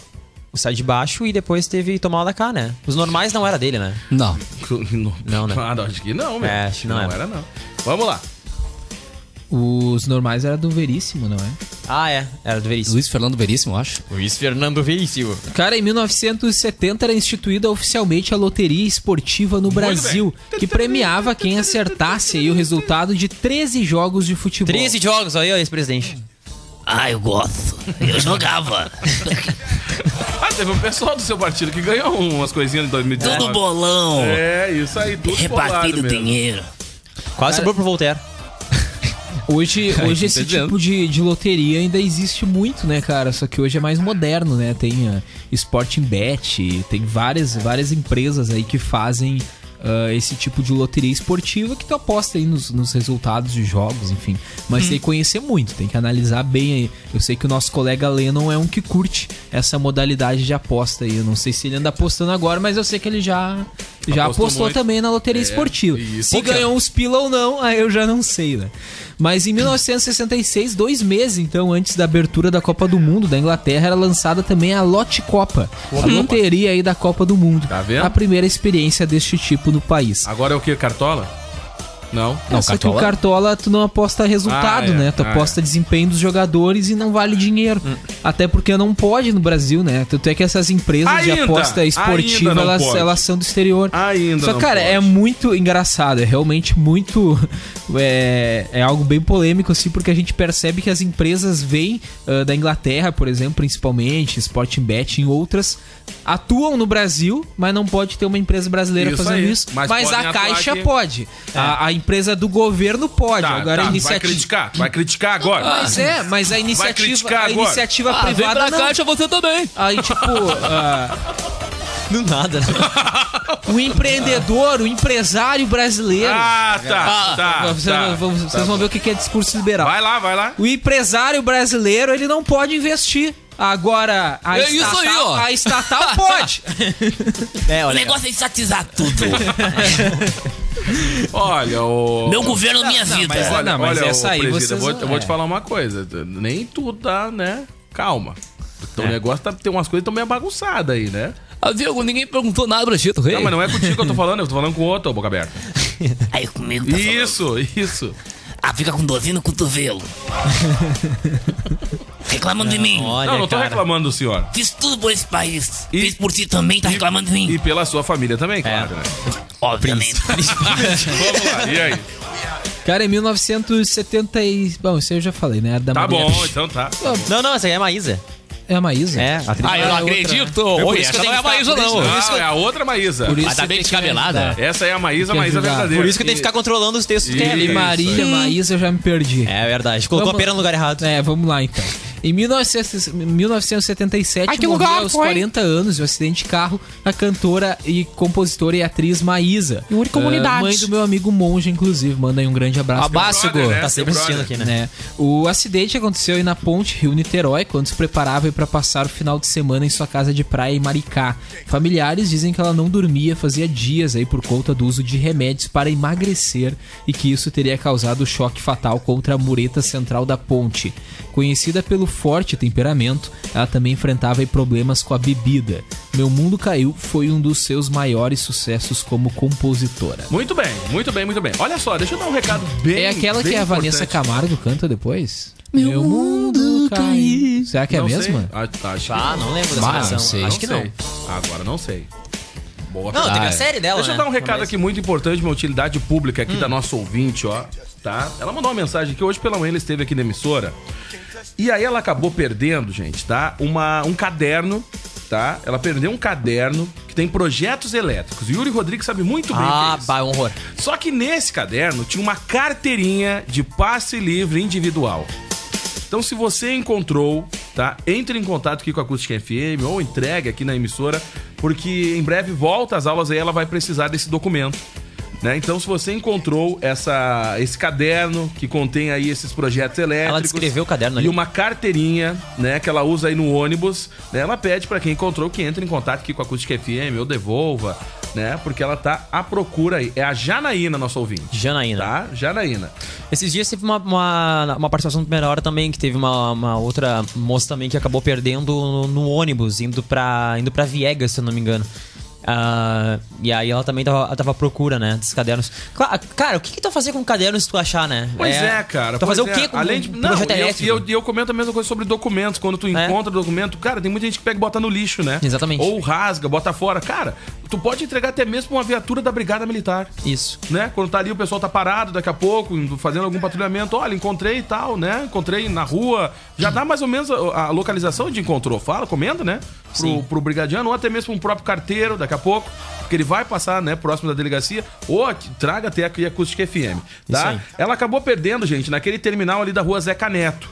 [SPEAKER 12] o Sai de Baixo e depois teve Tomar o da Cá, né? Os normais não era dele, né?
[SPEAKER 5] Não.
[SPEAKER 12] Não, né?
[SPEAKER 11] Ah, não, acho que não, meu.
[SPEAKER 12] É, acho que não era.
[SPEAKER 11] era, não. Vamos lá.
[SPEAKER 13] Os normais era do Veríssimo, não é?
[SPEAKER 12] Ah, é. Era do Veríssimo.
[SPEAKER 5] Luiz Fernando Veríssimo, eu acho.
[SPEAKER 12] Luiz Fernando Veríssimo.
[SPEAKER 13] Cara, em 1970 era instituída oficialmente a loteria esportiva no Brasil, que premiava quem acertasse aí o resultado de 13 jogos de futebol.
[SPEAKER 12] 13 jogos, aí, ó, ex-presidente.
[SPEAKER 9] Ah, eu gosto. Eu jogava.
[SPEAKER 11] Ah, teve um pessoal do seu partido que ganhou umas coisinhas em 2019.
[SPEAKER 9] Tudo bolão.
[SPEAKER 11] É, isso aí, tudo
[SPEAKER 9] Repartido
[SPEAKER 11] bolado mesmo.
[SPEAKER 9] dinheiro.
[SPEAKER 12] Quase sobrou pro Voltaire.
[SPEAKER 13] Hoje,
[SPEAKER 12] Cara,
[SPEAKER 13] hoje
[SPEAKER 12] não
[SPEAKER 13] esse
[SPEAKER 12] tô dizendo.
[SPEAKER 13] tipo de, de loteria ainda existe muito, né, cara? Só que hoje é mais moderno, né? Tem a Sporting Bet, tem várias, várias empresas aí que fazem ah, esse tipo de loteria esportiva que tu aposta aí nos, nos resultados de jogos, enfim.
[SPEAKER 12] Uhum.
[SPEAKER 13] Mas tem que conhecer muito, tem que analisar bem aí. Eu sei que o nosso colega Lennon é um que curte essa modalidade de aposta aí. Eu não sei se ele anda apostando agora, mas eu sei que ele já, já
[SPEAKER 12] Apostou
[SPEAKER 13] apostou
[SPEAKER 12] muito.
[SPEAKER 13] também na loteria
[SPEAKER 12] É,
[SPEAKER 13] esportiva.
[SPEAKER 12] isso.
[SPEAKER 13] Se
[SPEAKER 12] Pô, cara.
[SPEAKER 13] ganhou uns pila ou não, aí eu já não sei, né? Mas em 1966, dois meses então antes da abertura da Copa do Mundo da Inglaterra, era lançada também a Lote Copa, a
[SPEAKER 11] Opa.
[SPEAKER 13] loteria aí da Copa do Mundo. Tá
[SPEAKER 11] vendo?
[SPEAKER 13] A primeira experiência deste tipo no país.
[SPEAKER 11] Agora é o que? Cartola? Não.
[SPEAKER 13] É, só que o Cartola tu não aposta resultado,
[SPEAKER 11] Ah, é.
[SPEAKER 13] né? Tu
[SPEAKER 11] Ah,
[SPEAKER 13] aposta desempenho dos jogadores e não vale dinheiro. Até porque não pode no Brasil, né? Tanto é que essas empresas de
[SPEAKER 11] Ainda,
[SPEAKER 13] aposta esportiva,
[SPEAKER 11] ainda não
[SPEAKER 13] elas,
[SPEAKER 11] pode.
[SPEAKER 13] elas são do exterior.
[SPEAKER 11] Ainda
[SPEAKER 13] Só
[SPEAKER 11] não
[SPEAKER 13] que, cara,
[SPEAKER 11] pode.
[SPEAKER 13] é muito engraçado, é realmente muito. É, é algo bem polêmico, assim, porque a gente percebe que as empresas vêm ah, da Inglaterra, por exemplo, principalmente, Sporting Bet e outras, atuam no Brasil, mas não pode ter uma empresa brasileira
[SPEAKER 11] Isso
[SPEAKER 13] fazendo
[SPEAKER 11] aí,
[SPEAKER 13] isso. Mas,
[SPEAKER 11] mas podem
[SPEAKER 13] a
[SPEAKER 11] atuar
[SPEAKER 13] Caixa
[SPEAKER 11] aqui.
[SPEAKER 13] pode. A, a empresa do governo pode.
[SPEAKER 11] É. Tá,
[SPEAKER 13] Agora
[SPEAKER 11] tá,
[SPEAKER 13] a
[SPEAKER 11] Vai
[SPEAKER 13] iniciativa.
[SPEAKER 11] criticar, vai criticar agora.
[SPEAKER 13] Mas é, mas a
[SPEAKER 11] Vai
[SPEAKER 13] iniciativa,
[SPEAKER 11] criticar
[SPEAKER 13] a
[SPEAKER 11] agora.
[SPEAKER 13] iniciativa
[SPEAKER 11] Ah, vem
[SPEAKER 13] privada.
[SPEAKER 11] pra
[SPEAKER 13] não.
[SPEAKER 11] Caixa
[SPEAKER 5] você também.
[SPEAKER 13] Aí, tipo. ah,
[SPEAKER 12] Do nada, né?
[SPEAKER 13] o empreendedor, o empresário brasileiro.
[SPEAKER 11] Ah, tá,
[SPEAKER 13] Ah,
[SPEAKER 11] tá,
[SPEAKER 13] Vocês,
[SPEAKER 11] tá,
[SPEAKER 13] vão- vocês
[SPEAKER 11] tá
[SPEAKER 13] vão
[SPEAKER 11] bom.
[SPEAKER 13] ver o que que é discurso liberal. Vai
[SPEAKER 11] lá, vai lá.
[SPEAKER 13] O empresário brasileiro, ele não pode investir. Agora, a,
[SPEAKER 9] É isso
[SPEAKER 13] estatal,
[SPEAKER 9] aí, ó.
[SPEAKER 13] a estatal pode.
[SPEAKER 9] o negócio é estatizar tudo.
[SPEAKER 11] Olha, o.
[SPEAKER 9] Meu governo, minha
[SPEAKER 11] não,
[SPEAKER 9] vida.
[SPEAKER 11] Mas, olha,
[SPEAKER 9] Não, mas
[SPEAKER 11] olha,
[SPEAKER 9] essa
[SPEAKER 11] ô,
[SPEAKER 9] aí
[SPEAKER 11] presida,
[SPEAKER 9] vocês
[SPEAKER 11] eu vou,
[SPEAKER 9] não-
[SPEAKER 11] eu vou
[SPEAKER 9] é.
[SPEAKER 11] te falar uma coisa. Nem tudo dá, né? Calma. Então, O negócio tá, tem umas coisas que estão meio bagunçadas aí, né?
[SPEAKER 5] Ah, viu? Ninguém perguntou nada pra Chito Rei.
[SPEAKER 11] Não, mas não é contigo que eu tô falando, eu tô falando com outro, ô, boca aberta.
[SPEAKER 9] Aí comigo tá
[SPEAKER 11] Isso, isso.
[SPEAKER 9] Ah, fica com dorzinho no cotovelo. Reclamando de mim.
[SPEAKER 11] não, não tô reclamando do senhor.
[SPEAKER 9] Fiz tudo por esse país. Fiz por ti também, tá reclamando de mim.
[SPEAKER 11] E pela sua família também, claro, né?
[SPEAKER 9] Obviamente.
[SPEAKER 11] Vamos lá, e aí?
[SPEAKER 13] Cara, em 1970 e... Bom, isso aí eu já falei, né? A da
[SPEAKER 11] Tá
[SPEAKER 13] Maria-
[SPEAKER 11] bom, então tá.
[SPEAKER 12] Não, não, essa aí é a Maísa.
[SPEAKER 13] É a Maísa?
[SPEAKER 12] É, a atriz.
[SPEAKER 13] Ah, eu não acredito.
[SPEAKER 11] É por
[SPEAKER 12] Oi,
[SPEAKER 11] isso que eu
[SPEAKER 12] essa não
[SPEAKER 11] tenho
[SPEAKER 12] é a
[SPEAKER 11] que
[SPEAKER 12] Maísa,
[SPEAKER 11] ficar-
[SPEAKER 12] não.
[SPEAKER 11] Por isso
[SPEAKER 12] Não,
[SPEAKER 11] que- é a outra Maísa.
[SPEAKER 12] Por isso Mas tá que bem eu tinha que descabelada. ajudar.
[SPEAKER 11] Essa é a Maísa, a
[SPEAKER 12] Tem que
[SPEAKER 11] Maísa
[SPEAKER 12] ajudar.
[SPEAKER 11] verdadeira.
[SPEAKER 12] Por isso que tem que ficar controlando os textos dela.
[SPEAKER 13] Kelly, Marília, Maísa, eu já me perdi.
[SPEAKER 12] É verdade. Colocou
[SPEAKER 13] Vamos-
[SPEAKER 12] a pera no lugar errado.
[SPEAKER 13] É, vamos lá então. Em 1900 1977,
[SPEAKER 12] Ai, que
[SPEAKER 13] morreu
[SPEAKER 12] lugar
[SPEAKER 13] aos
[SPEAKER 12] foi?
[SPEAKER 13] 40 anos de um acidente de carro, a cantora e compositora e atriz Maísa.
[SPEAKER 12] Yuri Comunidade.
[SPEAKER 13] Ah, mãe do meu amigo Monge, inclusive. Manda aí um grande abraço. pra
[SPEAKER 12] Abraço,
[SPEAKER 13] ela.
[SPEAKER 12] Brother, Gu. né? Tá sempre Seu assistindo brother. aqui,
[SPEAKER 11] É.
[SPEAKER 12] né?
[SPEAKER 13] O acidente aconteceu aí na ponte Rio-Niterói, quando se preparava para passar o final de semana em sua casa de praia em Maricá. Familiares dizem que ela não dormia fazia dias aí por conta do uso de remédios para emagrecer e que isso teria causado o choque fatal contra a mureta central da ponte. Conhecida pelo forte temperamento, ela também enfrentava aí problemas com a bebida. Meu Mundo Caiu foi um dos seus maiores sucessos como compositora.
[SPEAKER 11] Muito bem, muito bem, muito bem. Olha só, deixa eu dar um recado bem.
[SPEAKER 13] É aquela que
[SPEAKER 11] bem
[SPEAKER 13] a Vanessa
[SPEAKER 11] importante.
[SPEAKER 13] Camargo canta depois? Meu, mundo caiu. Será que é a
[SPEAKER 11] Não sei.
[SPEAKER 13] mesma?
[SPEAKER 11] Ah, acho
[SPEAKER 12] Ah,
[SPEAKER 11] que
[SPEAKER 12] não lembro dessa versão. Acho que não.
[SPEAKER 11] sei. Agora não sei. Boa
[SPEAKER 12] Não,
[SPEAKER 11] tarde.
[SPEAKER 12] teve a série dela,
[SPEAKER 11] Deixa eu
[SPEAKER 12] né? Hum.
[SPEAKER 11] dar um recado aqui muito importante, uma utilidade pública aqui da nossa ouvinte, ó. Tá? Ela mandou uma mensagem que hoje pela manhã ela esteve aqui na emissora. E aí ela acabou perdendo, gente, tá? Uma, um caderno tá? Ela perdeu um caderno que tem projetos elétricos. Yuri Rodrigues sabe muito bem
[SPEAKER 12] Ah,
[SPEAKER 11] o que é isso.
[SPEAKER 12] bah, é um horror.
[SPEAKER 11] Só que nesse caderno tinha uma carteirinha de passe livre individual. Então, se você encontrou, tá? Entre em contato aqui com a Acústica FM ou entregue aqui na emissora, porque em breve volta às aulas aí, ela vai precisar desse documento. Né? Então, se você encontrou essa, esse caderno que contém aí esses projetos elétricos. Ela descreveu
[SPEAKER 12] o caderno
[SPEAKER 11] É,
[SPEAKER 12] ali.
[SPEAKER 11] E uma carteirinha né, que ela usa aí no ônibus. né? Ela pede para quem encontrou que entre em contato aqui com a Acústica FM ou devolva, né? Porque ela tá à procura aí. É a Janaína, nosso ouvinte.
[SPEAKER 12] Janaína.
[SPEAKER 11] Tá? Janaína.
[SPEAKER 12] Esses dias teve uma, uma, uma participação na primeira hora também, que teve uma, uma outra moça também que acabou perdendo no, no ônibus, indo pra, indo pra Viegas, se eu não me engano. Ah, e aí ela também tava, ela tava à procura, né, dos cadernos. Cla- cara, o que que tu vai fazer com cadernos se tu achar, né?
[SPEAKER 11] Pois é, cara.
[SPEAKER 12] Tu vai
[SPEAKER 11] pois
[SPEAKER 12] fazer o
[SPEAKER 11] é.
[SPEAKER 12] quê com
[SPEAKER 11] Além de...
[SPEAKER 12] um
[SPEAKER 11] Não,
[SPEAKER 12] projeto
[SPEAKER 11] e eu,
[SPEAKER 12] elétrico?
[SPEAKER 11] e eu- e eu comento a mesma coisa sobre documentos. Quando tu encontra documento, cara, tem muita gente que pega e bota no lixo, né?
[SPEAKER 12] Exatamente.
[SPEAKER 11] Ou rasga, bota fora. Cara, tu pode entregar até mesmo pra uma viatura da Brigada Militar.
[SPEAKER 12] Isso.
[SPEAKER 11] Né? Quando tá ali, o pessoal tá parado daqui a pouco, fazendo algum patrulhamento. Olha, encontrei e tal, né? Encontrei na rua. Já dá mais ou menos a, a localização de encontrou. Fala, comenta, né? Pro, pro brigadiano, ou até mesmo um próprio carteiro daqui a pouco. Porque ele vai passar, né, próximo da delegacia, ou aqui- traga até aqui a Acústica FM.
[SPEAKER 12] Isso
[SPEAKER 11] Tá?
[SPEAKER 12] aí.
[SPEAKER 11] Ela acabou perdendo, gente, naquele terminal ali da rua Zeca Neto,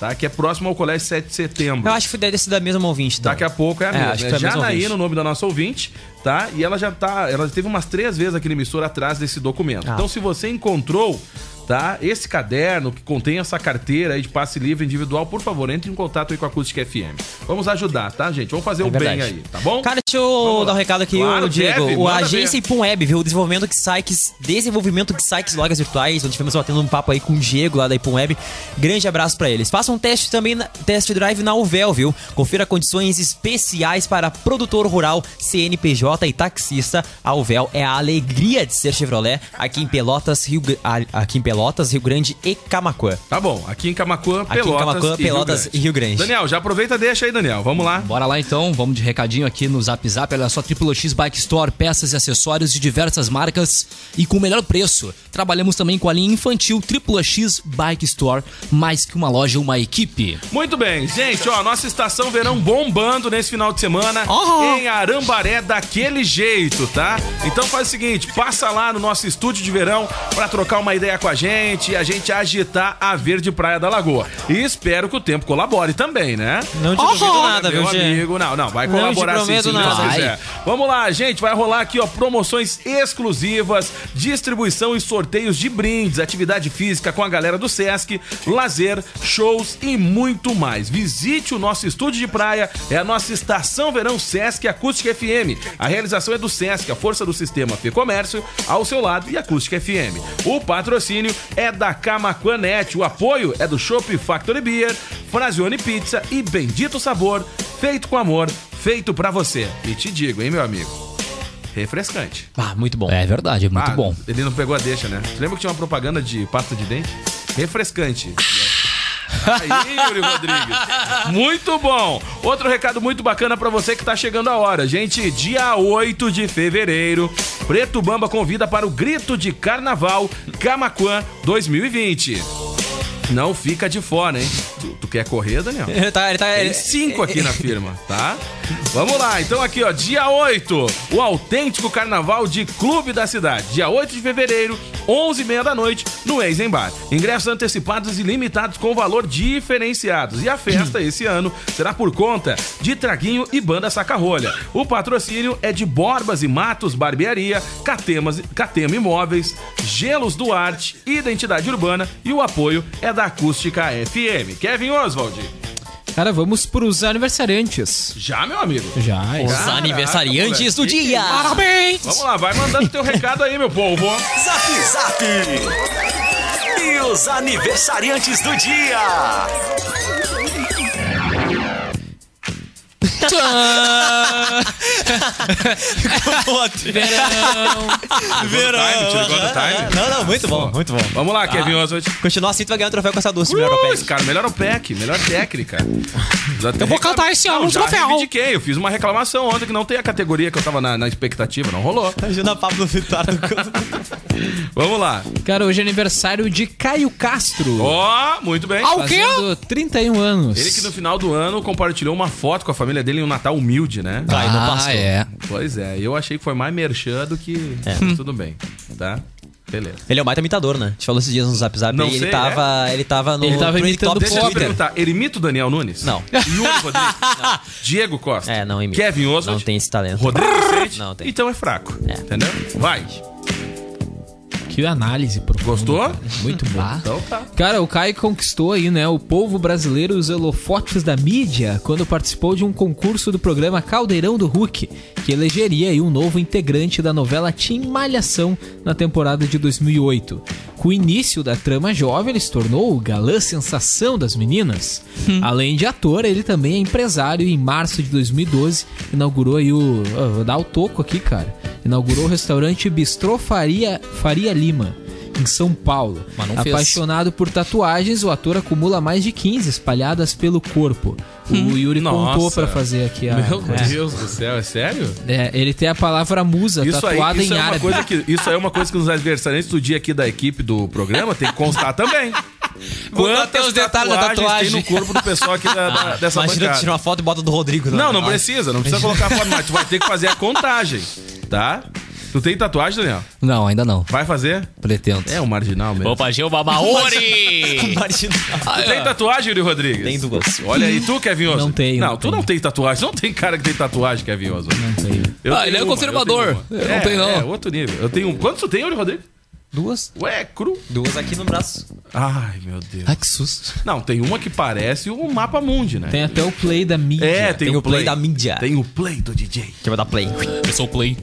[SPEAKER 11] tá? Que é próximo ao Colégio 7 de Setembro.
[SPEAKER 12] Eu acho que foi desse da mesma ouvinte. então.
[SPEAKER 11] Daqui a pouco é a mesma.
[SPEAKER 12] acho que
[SPEAKER 11] É,
[SPEAKER 12] foi a mesma
[SPEAKER 11] Janaína,
[SPEAKER 12] ouvinte.
[SPEAKER 11] o nome da nossa ouvinte, tá? E ela já tá. Ela teve umas três vezes aqui na emissora atrás desse documento.
[SPEAKER 12] Ah.
[SPEAKER 11] Então, se você encontrou. Tá? Esse caderno que contém essa carteira aí de passe livre individual, por favor, entre em contato aí com a Acústica FM. Vamos ajudar, tá, gente? Vamos fazer o bem
[SPEAKER 12] É verdade.
[SPEAKER 11] aí, tá bom?
[SPEAKER 12] Cara, deixa eu dar um recado aqui,
[SPEAKER 11] Claro,
[SPEAKER 12] o Diego.
[SPEAKER 11] deve,
[SPEAKER 12] o
[SPEAKER 11] manda
[SPEAKER 12] agência
[SPEAKER 11] ver.
[SPEAKER 12] Ipum Web, viu? O desenvolvimento que sai, que desenvolvimento que sai que lojas virtuais. Onde estivemos batendo um papo aí com o Diego lá da Ipum Web. Grande abraço pra eles. Faça um teste também, na, test drive na Uvel, viu? Confira condições especiais para produtor rural, CNPJ e taxista. A Uvel é a alegria de ser Chevrolet aqui em Pelotas, Rio, Gra- a- aqui em Pelotas, Rio Grande e Camacuã.
[SPEAKER 11] Tá bom, aqui em Camacuã,
[SPEAKER 12] Aqui em
[SPEAKER 11] Pelotas,
[SPEAKER 12] Camaquã,
[SPEAKER 11] e Rio
[SPEAKER 12] Pelotas
[SPEAKER 11] Grande.
[SPEAKER 12] e Rio Grande.
[SPEAKER 11] Daniel, já aproveita e deixa aí, Daniel. Vamos lá.
[SPEAKER 5] Bora lá então, vamos de recadinho aqui no Zap Zap. Olha só, Triple X Bike Store, peças e acessórios de diversas marcas e com o melhor preço. Trabalhamos também com a linha infantil Triple X Bike Store, mais que uma loja, uma equipe.
[SPEAKER 11] Muito bem, gente, ó, nossa estação verão bombando nesse final de semana em Arambaré daquele jeito, tá? Então faz o seguinte, passa lá no nosso estúdio de verão pra trocar uma ideia com a gente e a gente agitar a verde praia da Lagoa. E espero que o tempo colabore também, né?
[SPEAKER 12] Não te duvido
[SPEAKER 11] Olha,
[SPEAKER 12] nada,
[SPEAKER 11] meu
[SPEAKER 12] viu, Gê?
[SPEAKER 11] amigo, não, não, vai
[SPEAKER 12] Não te
[SPEAKER 11] colaborar sim,
[SPEAKER 12] prometo
[SPEAKER 11] se Deus
[SPEAKER 12] nada.
[SPEAKER 11] quiser.
[SPEAKER 12] Vai.
[SPEAKER 11] Vamos lá, gente. Vai rolar aqui, ó, promoções exclusivas, distribuição e sorteios de brindes, atividade física com a galera do Sesc, lazer, shows e muito mais. Visite o nosso estúdio de praia, é a nossa estação verão Sesc Acústica FM. A realização é do Sesc, a força do sistema Fê Comércio, ao seu lado e Acústica FM. O patrocínio é da Camaquanete, o apoio é do Shop Factory Beer, Frazione Pizza e Bendito Sabor, feito com amor feito pra você. E te digo, hein, meu amigo? Refrescante.
[SPEAKER 12] Ah, muito bom.
[SPEAKER 5] É verdade, é muito
[SPEAKER 11] Ah,
[SPEAKER 5] bom.
[SPEAKER 11] Ele não pegou a deixa, né? Tu lembra que tinha uma propaganda de pasta de dente? Refrescante. Aí, Yuri Rodrigues. Muito bom. Outro recado muito bacana pra você que tá chegando a hora. Gente, dia 8 de fevereiro, Preto Bamba convida para o Grito de Carnaval Camaquã 2020. Não fica de fora, hein? Tu, tu quer correr, Daniel?
[SPEAKER 12] Ele tá- ele tá-
[SPEAKER 11] Tem
[SPEAKER 12] ele-
[SPEAKER 11] é cinco aqui na firma, tá? Vamos lá, então aqui, ó, dia 8, o autêntico carnaval de clube da cidade. Dia 8 de fevereiro, 11h30 da noite, no Eisen Bar. Ingressos antecipados e limitados com valor diferenciados. E a festa esse ano será por conta de Traguinho e Banda Sacarrolha. O patrocínio é de Borbas e Matos Barbearia, Catemas, Catema Imóveis, Gelos Duarte, Identidade Urbana e o apoio é da Acústica FM. Kevin Oswald.
[SPEAKER 13] Cara, vamos pros aniversariantes.
[SPEAKER 11] Já, meu amigo?
[SPEAKER 13] Já.
[SPEAKER 12] Os
[SPEAKER 11] Caraca,
[SPEAKER 12] aniversariantes do
[SPEAKER 11] moleque.
[SPEAKER 12] dia.
[SPEAKER 13] Parabéns!
[SPEAKER 11] Vamos lá, vai mandando teu recado aí, meu povo.
[SPEAKER 6] Zap Zap! E os aniversariantes do dia!
[SPEAKER 12] Verão.
[SPEAKER 11] Verão. Time,
[SPEAKER 12] Aham, aham. Não, não, muito bom, muito bom.
[SPEAKER 11] Vamos lá, Kevin
[SPEAKER 12] Ah.
[SPEAKER 11] Oswald.
[SPEAKER 12] Continuar assim, tu vai ganhar um troféu com essa duas,
[SPEAKER 11] melhor OPEC. Cara, melhor OPEC, melhor técnica. Uh! eu vou cantar esse ano
[SPEAKER 12] um
[SPEAKER 11] já
[SPEAKER 12] troféu.
[SPEAKER 11] reivindiquei, eu fiz uma reclamação ontem que não tem a categoria que eu tava na, na expectativa, não rolou.
[SPEAKER 12] Imagina Pablo Vittar no
[SPEAKER 11] Vamos lá.
[SPEAKER 13] Cara, hoje é aniversário de Caio Castro.
[SPEAKER 11] Ó, muito bem.
[SPEAKER 13] Ao quê? Fazendo 31 anos.
[SPEAKER 11] Ele que no final do ano compartilhou uma foto com a família dele em um Natal humilde, né?
[SPEAKER 5] Ah, e não passou. é.
[SPEAKER 11] Pois é, eu achei que foi mais merchan do que... Mas Tudo bem, tá? Beleza.
[SPEAKER 12] Ele é um baita imitador, né? A gente falou esses dias no Zap Zap
[SPEAKER 11] Não
[SPEAKER 12] e ele
[SPEAKER 11] sei,
[SPEAKER 12] tava.
[SPEAKER 11] né?
[SPEAKER 12] Ele tava no Trend Topics
[SPEAKER 11] Deixa
[SPEAKER 12] do
[SPEAKER 11] eu te
[SPEAKER 12] Twitter.
[SPEAKER 11] perguntar, ele imita o Daniel Nunes?
[SPEAKER 12] Não.
[SPEAKER 11] Yuri Rodrigues? Diego Costa? É, não imita. Kevin Oswald? Não tem
[SPEAKER 12] esse talento.
[SPEAKER 11] Rodrigo Vicente?
[SPEAKER 12] Não tem.
[SPEAKER 11] Então é fraco, entendeu? Vai.
[SPEAKER 13] Que análise profunda.
[SPEAKER 11] Gostou?
[SPEAKER 13] Muito bom.
[SPEAKER 11] Então tá.
[SPEAKER 13] Cara, o Caio conquistou aí, né, o povo brasileiro e os holofotes da mídia quando participou de um concurso do programa Caldeirão do Hulk, que elegeria aí um novo integrante da novela Tim Malhação na temporada de 2008. Com o início da trama jovem, ele se tornou o galã sensação das meninas.
[SPEAKER 5] Hum.
[SPEAKER 13] Além de ator, ele também é empresário e em março de 2012 inaugurou aí o... ah, Vou dar o toco aqui, cara. Inaugurou o restaurante Bistrô Faria, Faria Lima em São Paulo.
[SPEAKER 5] Mas não fez.
[SPEAKER 13] Apaixonado por tatuagens, o ator acumula mais de 15 espalhadas pelo corpo. O Yuri contou pra fazer aqui a.
[SPEAKER 11] Hum, Meu
[SPEAKER 13] é.
[SPEAKER 11] Deus do céu, é sério?
[SPEAKER 13] É, ele tem a palavra musa
[SPEAKER 11] Isso aí,
[SPEAKER 13] tatuada
[SPEAKER 11] isso
[SPEAKER 13] em
[SPEAKER 11] é uma
[SPEAKER 13] árabe.
[SPEAKER 11] coisa que isso aí é uma coisa que os adversariantes do dia aqui da equipe do programa tem que constar também.
[SPEAKER 12] Vou dar até os detalhes da
[SPEAKER 11] tatuagens
[SPEAKER 12] tatuagem.
[SPEAKER 11] tem
[SPEAKER 12] Ah,
[SPEAKER 11] no corpo do pessoal aqui da, da- dessa
[SPEAKER 12] Imagina
[SPEAKER 11] bancada?
[SPEAKER 12] tu tirar uma foto e bota do Rodrigo. né?
[SPEAKER 11] Não, não precisa, não precisa colocar a foto, mas tu vai ter que fazer a contagem, tá? Tu tem tatuagem, Daniel?
[SPEAKER 5] Não, ainda não.
[SPEAKER 11] Vai fazer?
[SPEAKER 5] Pretendo.
[SPEAKER 11] É um marginal mesmo.
[SPEAKER 5] Opa, Gil Babaori!
[SPEAKER 11] Tu tem tatuagem, Yuri Rodrigues? Tem
[SPEAKER 12] duas.
[SPEAKER 11] Olha aí, tu, Kevin Oswald?
[SPEAKER 13] Não tenho,
[SPEAKER 11] Não,
[SPEAKER 13] não
[SPEAKER 11] tu não tem tatuagem. Não tem cara que tem tatuagem, Kevin Oswald. Não
[SPEAKER 13] tenho.
[SPEAKER 5] Ah, ele é conservador. Eu não
[SPEAKER 11] é,
[SPEAKER 5] tenho, não.
[SPEAKER 11] É, outro nível. Eu tenho um. Quantos tu tem, Yuri Rodrigues?
[SPEAKER 12] Duas.
[SPEAKER 11] Ué, cru.
[SPEAKER 12] Duas aqui no braço.
[SPEAKER 11] Ai, meu Deus.
[SPEAKER 5] Ai, que susto.
[SPEAKER 11] Não, tem uma que parece um mapa mundi, né?
[SPEAKER 13] Tem até o play da mídia.
[SPEAKER 11] É, tem,
[SPEAKER 12] Tem o play da mídia.
[SPEAKER 11] Tem o play do DJ.
[SPEAKER 12] Que vai dar play.
[SPEAKER 5] Eu sou o Play.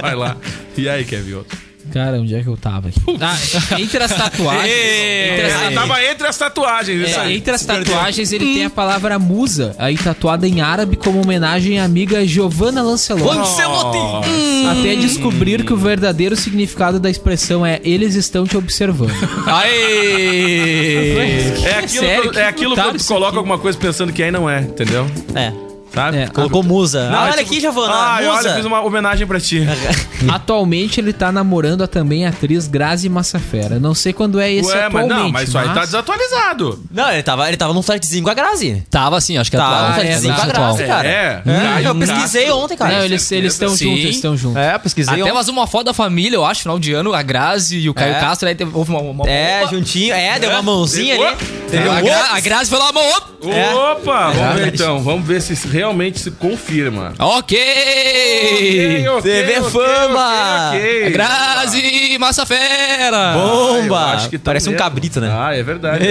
[SPEAKER 11] Vai lá. E aí, Kevin Oswald?
[SPEAKER 13] Cara, onde é que eu tava aqui? Ah, entre as tatuagens. entre, as
[SPEAKER 11] Ela
[SPEAKER 13] tatu-
[SPEAKER 11] tava entre as tatuagens, isso
[SPEAKER 13] é,
[SPEAKER 11] aí.
[SPEAKER 13] entre as tatuagens, ele
[SPEAKER 11] Hum.
[SPEAKER 13] tem a palavra musa, aí tatuada em árabe como homenagem à amiga Giovanna Lancelotti.
[SPEAKER 12] um.
[SPEAKER 13] Até descobrir que o verdadeiro significado da expressão é eles estão te observando.
[SPEAKER 5] Aê!
[SPEAKER 11] É aquilo,
[SPEAKER 13] Sério?
[SPEAKER 11] que, é aquilo
[SPEAKER 13] Botaram
[SPEAKER 11] quando tu
[SPEAKER 13] isso
[SPEAKER 11] coloca alguma coisa pensando que aí não é, entendeu?
[SPEAKER 12] É.
[SPEAKER 11] Sabe?
[SPEAKER 12] Colocou musa.
[SPEAKER 11] Não,
[SPEAKER 12] Ah,
[SPEAKER 11] é
[SPEAKER 12] olha
[SPEAKER 11] tipo,
[SPEAKER 12] aqui, Giovana.
[SPEAKER 11] Ah, olha, eu
[SPEAKER 12] musa.
[SPEAKER 11] fiz uma homenagem pra ti.
[SPEAKER 13] Atualmente ele tá namorando a também atriz Grazi Massafera. Não sei quando é esse
[SPEAKER 11] Ué, mas
[SPEAKER 13] atualmente.
[SPEAKER 11] não, mas isso aí tá desatualizado.
[SPEAKER 12] Não, ele tava, ele tava num flertezinho com a Grazi.
[SPEAKER 5] Tava assim, acho que é
[SPEAKER 13] Tá,
[SPEAKER 5] tá.
[SPEAKER 12] Tava num
[SPEAKER 5] atual.
[SPEAKER 12] flertezinho
[SPEAKER 5] Acho
[SPEAKER 12] com a
[SPEAKER 5] atual.
[SPEAKER 12] Grazi, cara.
[SPEAKER 11] É.
[SPEAKER 12] É, Eu
[SPEAKER 11] Hum.
[SPEAKER 12] pesquisei ontem, cara.
[SPEAKER 13] Não, eles eles estão
[SPEAKER 5] Sim.
[SPEAKER 13] juntos, eles estão juntos.
[SPEAKER 12] É, pesquisei
[SPEAKER 5] Até
[SPEAKER 12] ontem.
[SPEAKER 5] vazou uma foto da família, eu acho, final de ano, a Grazi e o Caio
[SPEAKER 12] É.
[SPEAKER 5] Castro, aí teve, houve uma... uma
[SPEAKER 12] É,
[SPEAKER 5] opa.
[SPEAKER 12] juntinho. É, deu uma mãozinha
[SPEAKER 11] Deu-
[SPEAKER 12] ali. Deu
[SPEAKER 5] a,
[SPEAKER 12] um
[SPEAKER 5] Gra-
[SPEAKER 12] opa.
[SPEAKER 5] a Grazi falou, amor, opa!
[SPEAKER 12] É.
[SPEAKER 11] Opa, vamos ver
[SPEAKER 5] verdade.
[SPEAKER 11] então. Vamos ver se isso realmente se confirma.
[SPEAKER 5] Ok!
[SPEAKER 11] Ok, ok,
[SPEAKER 12] TV
[SPEAKER 11] ok,
[SPEAKER 12] Fama.
[SPEAKER 11] ok, ok.
[SPEAKER 5] Grazi, massa fera!
[SPEAKER 12] Bomba!
[SPEAKER 11] Acho que tá
[SPEAKER 12] Parece um
[SPEAKER 11] mesmo.
[SPEAKER 12] cabrito, né?
[SPEAKER 11] Ah, é verdade.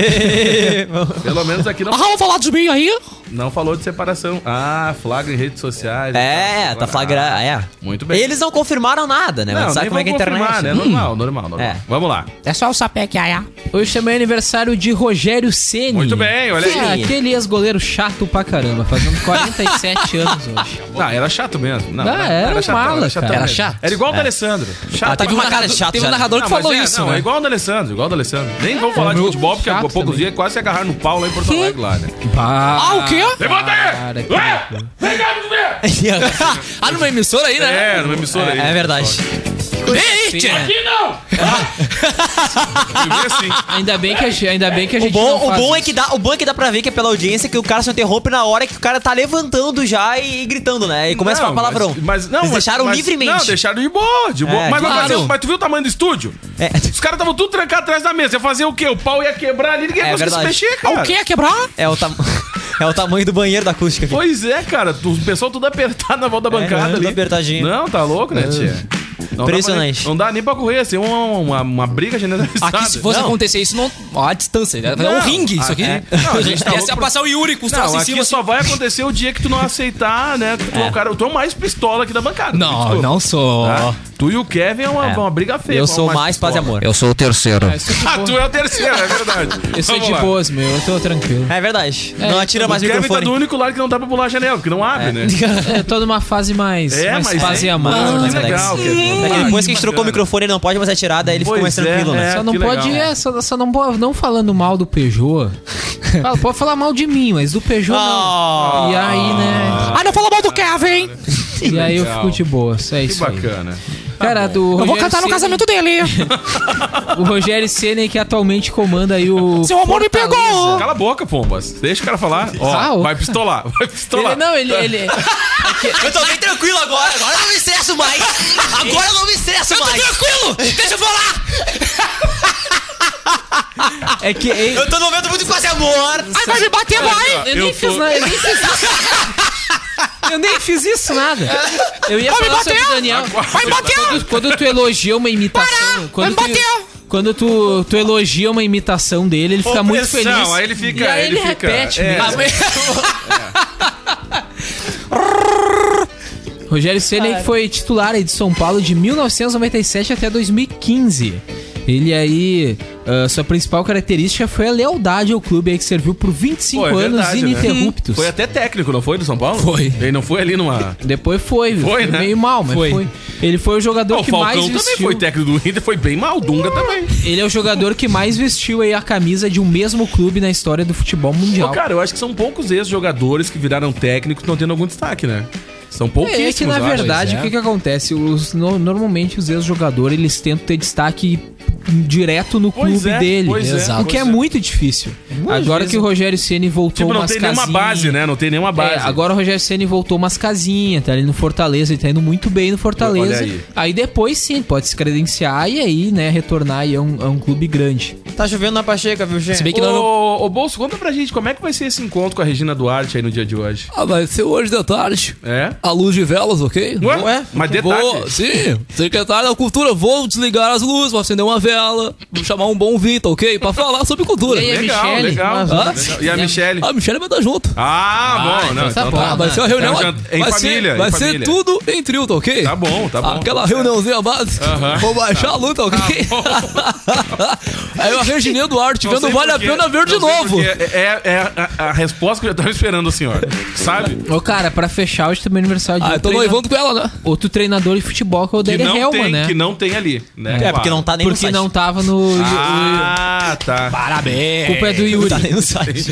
[SPEAKER 11] Pelo menos aqui não,
[SPEAKER 5] Ah, vamos falar dos mim aí?
[SPEAKER 11] não falou de separação. Ah, flagra em redes sociais.
[SPEAKER 12] É, tá flagrado. É.
[SPEAKER 11] Muito bem.
[SPEAKER 12] Eles não confirmaram nada, né?
[SPEAKER 11] Não,
[SPEAKER 12] Mas sabe
[SPEAKER 11] nem
[SPEAKER 12] como é que é a
[SPEAKER 11] vou confirmar,
[SPEAKER 12] internet?
[SPEAKER 11] Né? Normal, normal, normal.
[SPEAKER 12] É.
[SPEAKER 11] Vamos lá.
[SPEAKER 5] É só o sapec aí,
[SPEAKER 13] Hoje também é aniversário de Rogério Ceni.
[SPEAKER 12] Hum.
[SPEAKER 11] Muito bem, olha
[SPEAKER 13] Que é
[SPEAKER 11] aí.
[SPEAKER 13] aquele ex-goleiro chato pra caramba, fazendo 47 anos hoje.
[SPEAKER 11] Não, era chato mesmo. Não,
[SPEAKER 13] Não, era um
[SPEAKER 11] chatão,
[SPEAKER 13] mala,
[SPEAKER 11] chatão
[SPEAKER 13] cara.
[SPEAKER 11] mesmo.
[SPEAKER 5] Era chato.
[SPEAKER 11] Era igual o do Alessandro. Chato.
[SPEAKER 12] É. teve
[SPEAKER 5] Teve um
[SPEAKER 12] uma cara de
[SPEAKER 5] narrador,
[SPEAKER 12] chato
[SPEAKER 5] teve um
[SPEAKER 12] já, né?
[SPEAKER 5] narrador que
[SPEAKER 11] mas
[SPEAKER 5] falou
[SPEAKER 11] é,
[SPEAKER 5] isso,
[SPEAKER 11] não,
[SPEAKER 5] né?
[SPEAKER 11] é igual o do Alessandro, igual o do Alessandro. Nem vamos falar de
[SPEAKER 13] É, meu
[SPEAKER 11] futebol, porque há
[SPEAKER 13] chato
[SPEAKER 11] poucos
[SPEAKER 13] também.
[SPEAKER 11] dias quase se agarraram no pau lá em Porto Alegre lá, né?
[SPEAKER 13] Ah,
[SPEAKER 5] o quê?
[SPEAKER 11] Levanta
[SPEAKER 13] Cara,
[SPEAKER 11] aí!
[SPEAKER 13] que
[SPEAKER 11] Ué! Vem cá, vamos ver!
[SPEAKER 5] ah, numa emissora aí, né?
[SPEAKER 11] É, numa emissora aí.
[SPEAKER 12] É verdade.
[SPEAKER 5] Ei, tchê!
[SPEAKER 11] Aqui
[SPEAKER 13] é.
[SPEAKER 11] não!
[SPEAKER 12] é.
[SPEAKER 11] Ah! Eu vi assim.
[SPEAKER 13] Ainda bem que a gente, ainda bem que a
[SPEAKER 12] O
[SPEAKER 13] gente não
[SPEAKER 12] bom, o,
[SPEAKER 13] faz
[SPEAKER 12] bom é
[SPEAKER 13] isso.
[SPEAKER 12] que dá, o bom é que dá pra ver que é pela audiência que o cara se interrompe na hora que o cara tá levantando já e, e gritando, né? E começa a
[SPEAKER 11] Não,
[SPEAKER 12] falar palavrão.
[SPEAKER 11] Mas, mas, não,
[SPEAKER 12] Eles
[SPEAKER 11] mas-
[SPEAKER 12] deixaram
[SPEAKER 11] mas-
[SPEAKER 12] livremente.
[SPEAKER 11] Não, deixaram de boa, de boa.
[SPEAKER 12] É,
[SPEAKER 11] mas, vai
[SPEAKER 12] claro.
[SPEAKER 11] fazer- mas tu viu o tamanho do estúdio?
[SPEAKER 12] É.
[SPEAKER 11] Os caras estavam tudo trancados atrás da mesa. Ia fazer o quê? O pau ia quebrar ali, ninguém ia
[SPEAKER 12] É
[SPEAKER 11] conseguir se
[SPEAKER 12] verdade.
[SPEAKER 11] mexer, cara.
[SPEAKER 5] Quebrar?
[SPEAKER 12] É o, tam- é o tamanho do banheiro da acústica aqui.
[SPEAKER 11] Pois é, cara. tu- O pessoal tudo apertado na volta da
[SPEAKER 12] É,
[SPEAKER 11] bancada
[SPEAKER 12] tudo
[SPEAKER 11] ali.
[SPEAKER 12] apertadinho.
[SPEAKER 11] Não, tá louco, né, tia? Não dá
[SPEAKER 12] Impressionante.
[SPEAKER 11] pra nem- Não dá nem pra correr, assim, uma, uma, uma briga generalizada.
[SPEAKER 5] Aqui, se fosse
[SPEAKER 11] não.
[SPEAKER 5] acontecer isso, não. Ó, a distância. né? É
[SPEAKER 11] Não,
[SPEAKER 5] um ringue isso aqui.
[SPEAKER 11] é. Não, a gente tá
[SPEAKER 5] Ia
[SPEAKER 11] louco
[SPEAKER 5] se
[SPEAKER 11] pra-
[SPEAKER 5] passar o Yuri com os
[SPEAKER 11] Não,
[SPEAKER 5] troços em
[SPEAKER 11] aqui
[SPEAKER 5] cima. assim.
[SPEAKER 11] só vai acontecer o dia que tu não aceitar, né? que Tu é. o cara, tu é o mais pistola aqui da bancada.
[SPEAKER 5] Não,
[SPEAKER 11] desculpa,
[SPEAKER 5] não sou.
[SPEAKER 13] Ah,
[SPEAKER 11] tá? Tu Tu e o Kevin é uma,
[SPEAKER 12] É.
[SPEAKER 11] uma briga feia.
[SPEAKER 12] Eu
[SPEAKER 11] qual é o
[SPEAKER 12] sou mais paz e
[SPEAKER 11] pistola?
[SPEAKER 12] amor.
[SPEAKER 9] Eu sou o terceiro.
[SPEAKER 11] Ah, tu é o terceiro, é verdade.
[SPEAKER 13] Eu sou
[SPEAKER 11] Vamos
[SPEAKER 13] de
[SPEAKER 11] lá.
[SPEAKER 13] boas, meu. Eu tô tranquilo.
[SPEAKER 12] É verdade. não atira mais
[SPEAKER 11] o Kevin tá
[SPEAKER 12] microfone.
[SPEAKER 11] do único lado que não dá pra pular a janela, porque não abre, né?
[SPEAKER 13] Eu tô numa fase mais,
[SPEAKER 11] É,
[SPEAKER 13] mais né,
[SPEAKER 11] mas-
[SPEAKER 13] paz É. e
[SPEAKER 11] Ah,
[SPEAKER 13] amor.
[SPEAKER 11] que
[SPEAKER 13] mais
[SPEAKER 11] legal,
[SPEAKER 13] relax.
[SPEAKER 11] que-
[SPEAKER 12] É que depois que a gente
[SPEAKER 11] Ah,
[SPEAKER 12] trocou o
[SPEAKER 11] bacana.
[SPEAKER 12] microfone, ele não pode mais atirar, daí ele ficou
[SPEAKER 11] Pois
[SPEAKER 12] mais tranquilo,
[SPEAKER 11] é,
[SPEAKER 12] né?
[SPEAKER 11] é.
[SPEAKER 13] Só não
[SPEAKER 11] que
[SPEAKER 13] pode,
[SPEAKER 11] legal.
[SPEAKER 13] é, só, só não, po- não falando mal do Peugeot. Fala, pode falar mal de mim, mas do Peugeot
[SPEAKER 11] Ah.
[SPEAKER 13] não. E aí, né?
[SPEAKER 12] Ah, não fala mal do Kevin!
[SPEAKER 13] E aí eu
[SPEAKER 11] legal.
[SPEAKER 13] fico de boa. É
[SPEAKER 11] Que
[SPEAKER 13] isso aí.
[SPEAKER 11] bacana. Tá
[SPEAKER 13] Cara, do
[SPEAKER 12] Eu vou
[SPEAKER 13] Rogério
[SPEAKER 12] cantar no
[SPEAKER 13] Ceni-
[SPEAKER 12] casamento dele!
[SPEAKER 13] O Rogério Ceni é que atualmente comanda aí o.
[SPEAKER 12] Seu amor me
[SPEAKER 13] Fortaleza.
[SPEAKER 12] pegou!
[SPEAKER 11] Cala a boca, Pombas. Deixa o cara falar.
[SPEAKER 13] Ah,
[SPEAKER 11] Ó,
[SPEAKER 13] o-
[SPEAKER 11] vai pistolar, vai pistolar.
[SPEAKER 13] Ele, não, ele. ele
[SPEAKER 12] Eu tô bem tranquilo agora, agora eu não me estresso mais! Agora eu não me estresso mais! Eu tô tranquilo! Deixa eu falar!
[SPEAKER 13] é que. é-
[SPEAKER 12] Eu tô no momento muito de fazer amor! Ai, vai me bater, vai!
[SPEAKER 13] eu, nem
[SPEAKER 11] eu
[SPEAKER 13] fiz
[SPEAKER 11] tô-
[SPEAKER 13] nada, eu nem fiz isso. Eu nem fiz isso nada. Eu ia falar sobre o Daniel.
[SPEAKER 12] Vai me bater!
[SPEAKER 13] Quando, quando tu elogia uma imitação. quando
[SPEAKER 12] vai
[SPEAKER 13] tu,
[SPEAKER 12] me bater!
[SPEAKER 13] Quando tu, tu elogia uma imitação dele, ele fica muito
[SPEAKER 11] Opressão,
[SPEAKER 13] feliz.
[SPEAKER 11] aí ele fica-
[SPEAKER 13] E aí
[SPEAKER 11] ele
[SPEAKER 13] ele,
[SPEAKER 11] fica-
[SPEAKER 13] repete né?
[SPEAKER 11] é.
[SPEAKER 13] mesmo. Rogério Ceni que foi titular aí de São Paulo de 1997 até 2015. Ele aí, ah, sua principal característica foi a lealdade ao clube aí que serviu por 25
[SPEAKER 11] Pô, é
[SPEAKER 13] anos
[SPEAKER 11] verdade, né?
[SPEAKER 13] ininterruptos.
[SPEAKER 11] Foi até técnico, não foi, do São Paulo?
[SPEAKER 13] Foi.
[SPEAKER 11] Ele não foi ali numa...
[SPEAKER 13] Depois foi,
[SPEAKER 11] Foi,
[SPEAKER 13] foi
[SPEAKER 11] né?
[SPEAKER 13] meio mal, mas
[SPEAKER 11] Foi.
[SPEAKER 13] foi. Ele foi o jogador
[SPEAKER 11] Não, o
[SPEAKER 13] que
[SPEAKER 11] Falcão
[SPEAKER 13] mais
[SPEAKER 11] também
[SPEAKER 13] vestiu.
[SPEAKER 11] foi técnico do Inter, foi bem mal. O Dunga também.
[SPEAKER 13] Ele é o jogador que mais vestiu aí a camisa de um mesmo clube na história do futebol mundial.
[SPEAKER 11] Ô, cara, eu acho que são poucos ex-jogadores que viraram técnicos não tendo algum destaque, né? São pouquíssimos,
[SPEAKER 13] É que na
[SPEAKER 11] eu acho.
[SPEAKER 13] verdade
[SPEAKER 11] Pois é.
[SPEAKER 13] o que, que acontece? Os, no- normalmente os ex-jogadores eles tentam ter destaque direto no
[SPEAKER 11] Pois
[SPEAKER 13] clube
[SPEAKER 11] é,
[SPEAKER 13] dele,
[SPEAKER 11] pois é,
[SPEAKER 13] o que é
[SPEAKER 11] pois é.
[SPEAKER 13] muito difícil. agora que o Rogério Ceni voltou
[SPEAKER 11] Tipo, não
[SPEAKER 13] umas
[SPEAKER 11] tem nenhuma
[SPEAKER 13] casinhas-
[SPEAKER 11] base, né? Não tem nenhuma
[SPEAKER 13] É,
[SPEAKER 11] base.
[SPEAKER 13] agora o Rogério Ceni voltou umas casinhas, tá ali no Fortaleza, ele tá indo muito bem no Fortaleza.
[SPEAKER 11] Olha aí.
[SPEAKER 13] depois sim, pode se credenciar e aí, né, retornar aí a um, a um clube grande.
[SPEAKER 12] Tá chovendo na Pacheca, viu, gente?
[SPEAKER 5] Se bem que não. é
[SPEAKER 11] Ô, ô, Bolso, conta pra gente como é que vai ser esse encontro com a Regina Duarte aí no dia de hoje.
[SPEAKER 5] Ah, vai ser hoje de tarde.
[SPEAKER 11] É?
[SPEAKER 5] A luz de velas, ok?
[SPEAKER 11] Ué?
[SPEAKER 5] Não é?
[SPEAKER 11] Mas de
[SPEAKER 5] Vou,
[SPEAKER 11] tarde?
[SPEAKER 5] sim, secretário da cultura, vou desligar as luzes, vou acender uma vela, vou chamar um bom vinho, tá ok? Pra falar sobre cultura.
[SPEAKER 13] E aí,
[SPEAKER 11] Legal,
[SPEAKER 13] Michele?
[SPEAKER 11] legal.
[SPEAKER 13] Ah,
[SPEAKER 11] legal. E a Michelle?
[SPEAKER 5] A Michelle vai estar junto.
[SPEAKER 11] Ah, bom, não.
[SPEAKER 13] tá
[SPEAKER 11] Então
[SPEAKER 13] bom.
[SPEAKER 11] tá,
[SPEAKER 5] Ah, vai ser uma reunião.
[SPEAKER 11] Então já- em
[SPEAKER 5] vai
[SPEAKER 11] família,
[SPEAKER 5] ser, vai
[SPEAKER 11] em
[SPEAKER 5] ser
[SPEAKER 11] família.
[SPEAKER 5] tudo em trio, tá ok?
[SPEAKER 11] tá bom, tá bom.
[SPEAKER 5] Aquela reuniãozinha básica.
[SPEAKER 11] Aham. Tá
[SPEAKER 5] Vou baixar a luta, ok? Aí o Regininho Duarte
[SPEAKER 11] Não
[SPEAKER 5] vendo
[SPEAKER 11] sei
[SPEAKER 5] Vale a
[SPEAKER 11] porquê,
[SPEAKER 5] Pena Ver de
[SPEAKER 11] não sei
[SPEAKER 5] novo.
[SPEAKER 11] porquê. É, é- é a, a resposta que eu já tava esperando, senhor. Sabe?
[SPEAKER 13] Ô, cara, pra fechar, hoje também é aniversário de
[SPEAKER 5] Ah, eu
[SPEAKER 13] outro,
[SPEAKER 5] tô
[SPEAKER 13] treina-
[SPEAKER 5] noivando com ela, né?
[SPEAKER 13] outro treinador de futebol, que é o
[SPEAKER 11] Que
[SPEAKER 13] Dele
[SPEAKER 11] não,
[SPEAKER 13] Helma,
[SPEAKER 11] tem,
[SPEAKER 13] né?
[SPEAKER 11] que não tem ali, né?
[SPEAKER 12] É, porque não tá nem
[SPEAKER 13] Porque
[SPEAKER 12] no site.
[SPEAKER 13] não tava no.
[SPEAKER 11] Ah, tá.
[SPEAKER 12] Parabéns!
[SPEAKER 13] Culpa é do Yuri.
[SPEAKER 12] Não tá nem no site.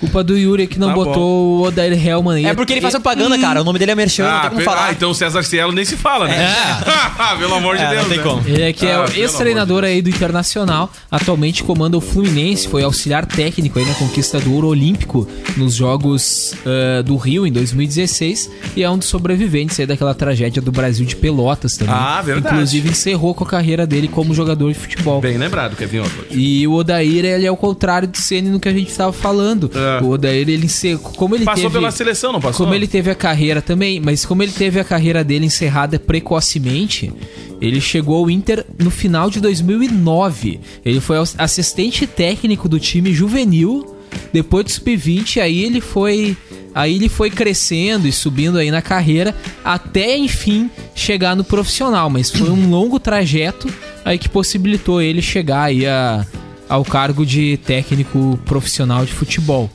[SPEAKER 13] Culpa do Yuri que não
[SPEAKER 11] Tá bom.
[SPEAKER 13] botou o Odair Hellman aí.
[SPEAKER 12] É porque ele faz propaganda, cara. O nome dele é Merchan, não
[SPEAKER 11] Ah,
[SPEAKER 12] tem como
[SPEAKER 11] pe- ah,
[SPEAKER 12] falar.
[SPEAKER 11] então o César Cielo nem se fala, né? Pelo amor de
[SPEAKER 12] É,
[SPEAKER 11] Deus.
[SPEAKER 12] não tem
[SPEAKER 11] né?
[SPEAKER 12] como.
[SPEAKER 13] Ele é que é
[SPEAKER 11] Ah,
[SPEAKER 13] o
[SPEAKER 11] pelo
[SPEAKER 13] ex-treinador aí do Internacional, atualmente comanda o Fluminense, foi auxiliar técnico aí na conquista do Ouro Olímpico nos Jogos eh, do Rio em 2016 e é um dos sobreviventes aí daquela tragédia do Brasil de Pelotas também.
[SPEAKER 11] Ah, verdade.
[SPEAKER 13] Inclusive encerrou com a carreira dele como jogador de futebol.
[SPEAKER 11] Bem lembrado, Kevin Oswald.
[SPEAKER 13] E o Odair, ele é o contrário do Ceni no que a gente estava falando.
[SPEAKER 11] É.
[SPEAKER 13] O Odair, ele encerrou. Como ele
[SPEAKER 11] Passou
[SPEAKER 13] teve-
[SPEAKER 11] pela seleção, não passou?
[SPEAKER 13] Como ele teve a carreira também, mas como ele teve a carreira dele encerrada precocemente, ele chegou ao Inter no final de 2009. Ele foi aus- assistente técnico do time juvenil, depois do sub-20, aí ele foi aí ele foi crescendo e subindo aí na carreira até enfim chegar no profissional, mas foi um longo trajeto aí que possibilitou ele chegar aí a- ao cargo de técnico profissional de futebol.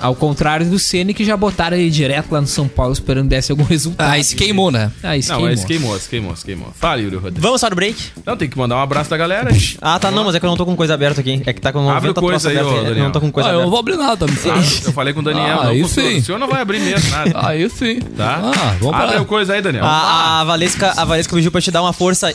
[SPEAKER 13] Ao contrário do Ceni que já botaram ele direto lá no São Paulo esperando desse algum resultado.
[SPEAKER 5] Ah, e se queimou, né?
[SPEAKER 13] Ah, isso
[SPEAKER 11] Não,
[SPEAKER 13] queimou.
[SPEAKER 11] mas queimou, se queimou, se queimou. Fala, Yuri Rodrigues.
[SPEAKER 12] Vamos para o break?
[SPEAKER 11] Não, tem que mandar um abraço da galera. aí.
[SPEAKER 12] Ah, tá, não, mas é que eu não tô com coisa aberta aqui. É que tá com
[SPEAKER 11] Abre
[SPEAKER 12] 90
[SPEAKER 11] coisa aí,
[SPEAKER 12] troças
[SPEAKER 11] ô,
[SPEAKER 12] abertas.
[SPEAKER 11] Daniel.
[SPEAKER 12] Eu não tô com coisa
[SPEAKER 5] ah, eu
[SPEAKER 12] aberta.
[SPEAKER 5] não vou abrir
[SPEAKER 13] tá
[SPEAKER 5] nada, me
[SPEAKER 11] Ah, eu falei com o Daniel.
[SPEAKER 5] Ah,
[SPEAKER 11] não,
[SPEAKER 5] aí
[SPEAKER 11] com o senhor.
[SPEAKER 5] sim.
[SPEAKER 11] O senhor não vai abrir mesmo nada.
[SPEAKER 5] Aí sim.
[SPEAKER 11] Tá?
[SPEAKER 5] Ah, vamos
[SPEAKER 11] Abre
[SPEAKER 5] parar.
[SPEAKER 11] o coisa aí, Daniel.
[SPEAKER 12] Ah, A, a Valesca, a Valesca pediu pra te dar uma força.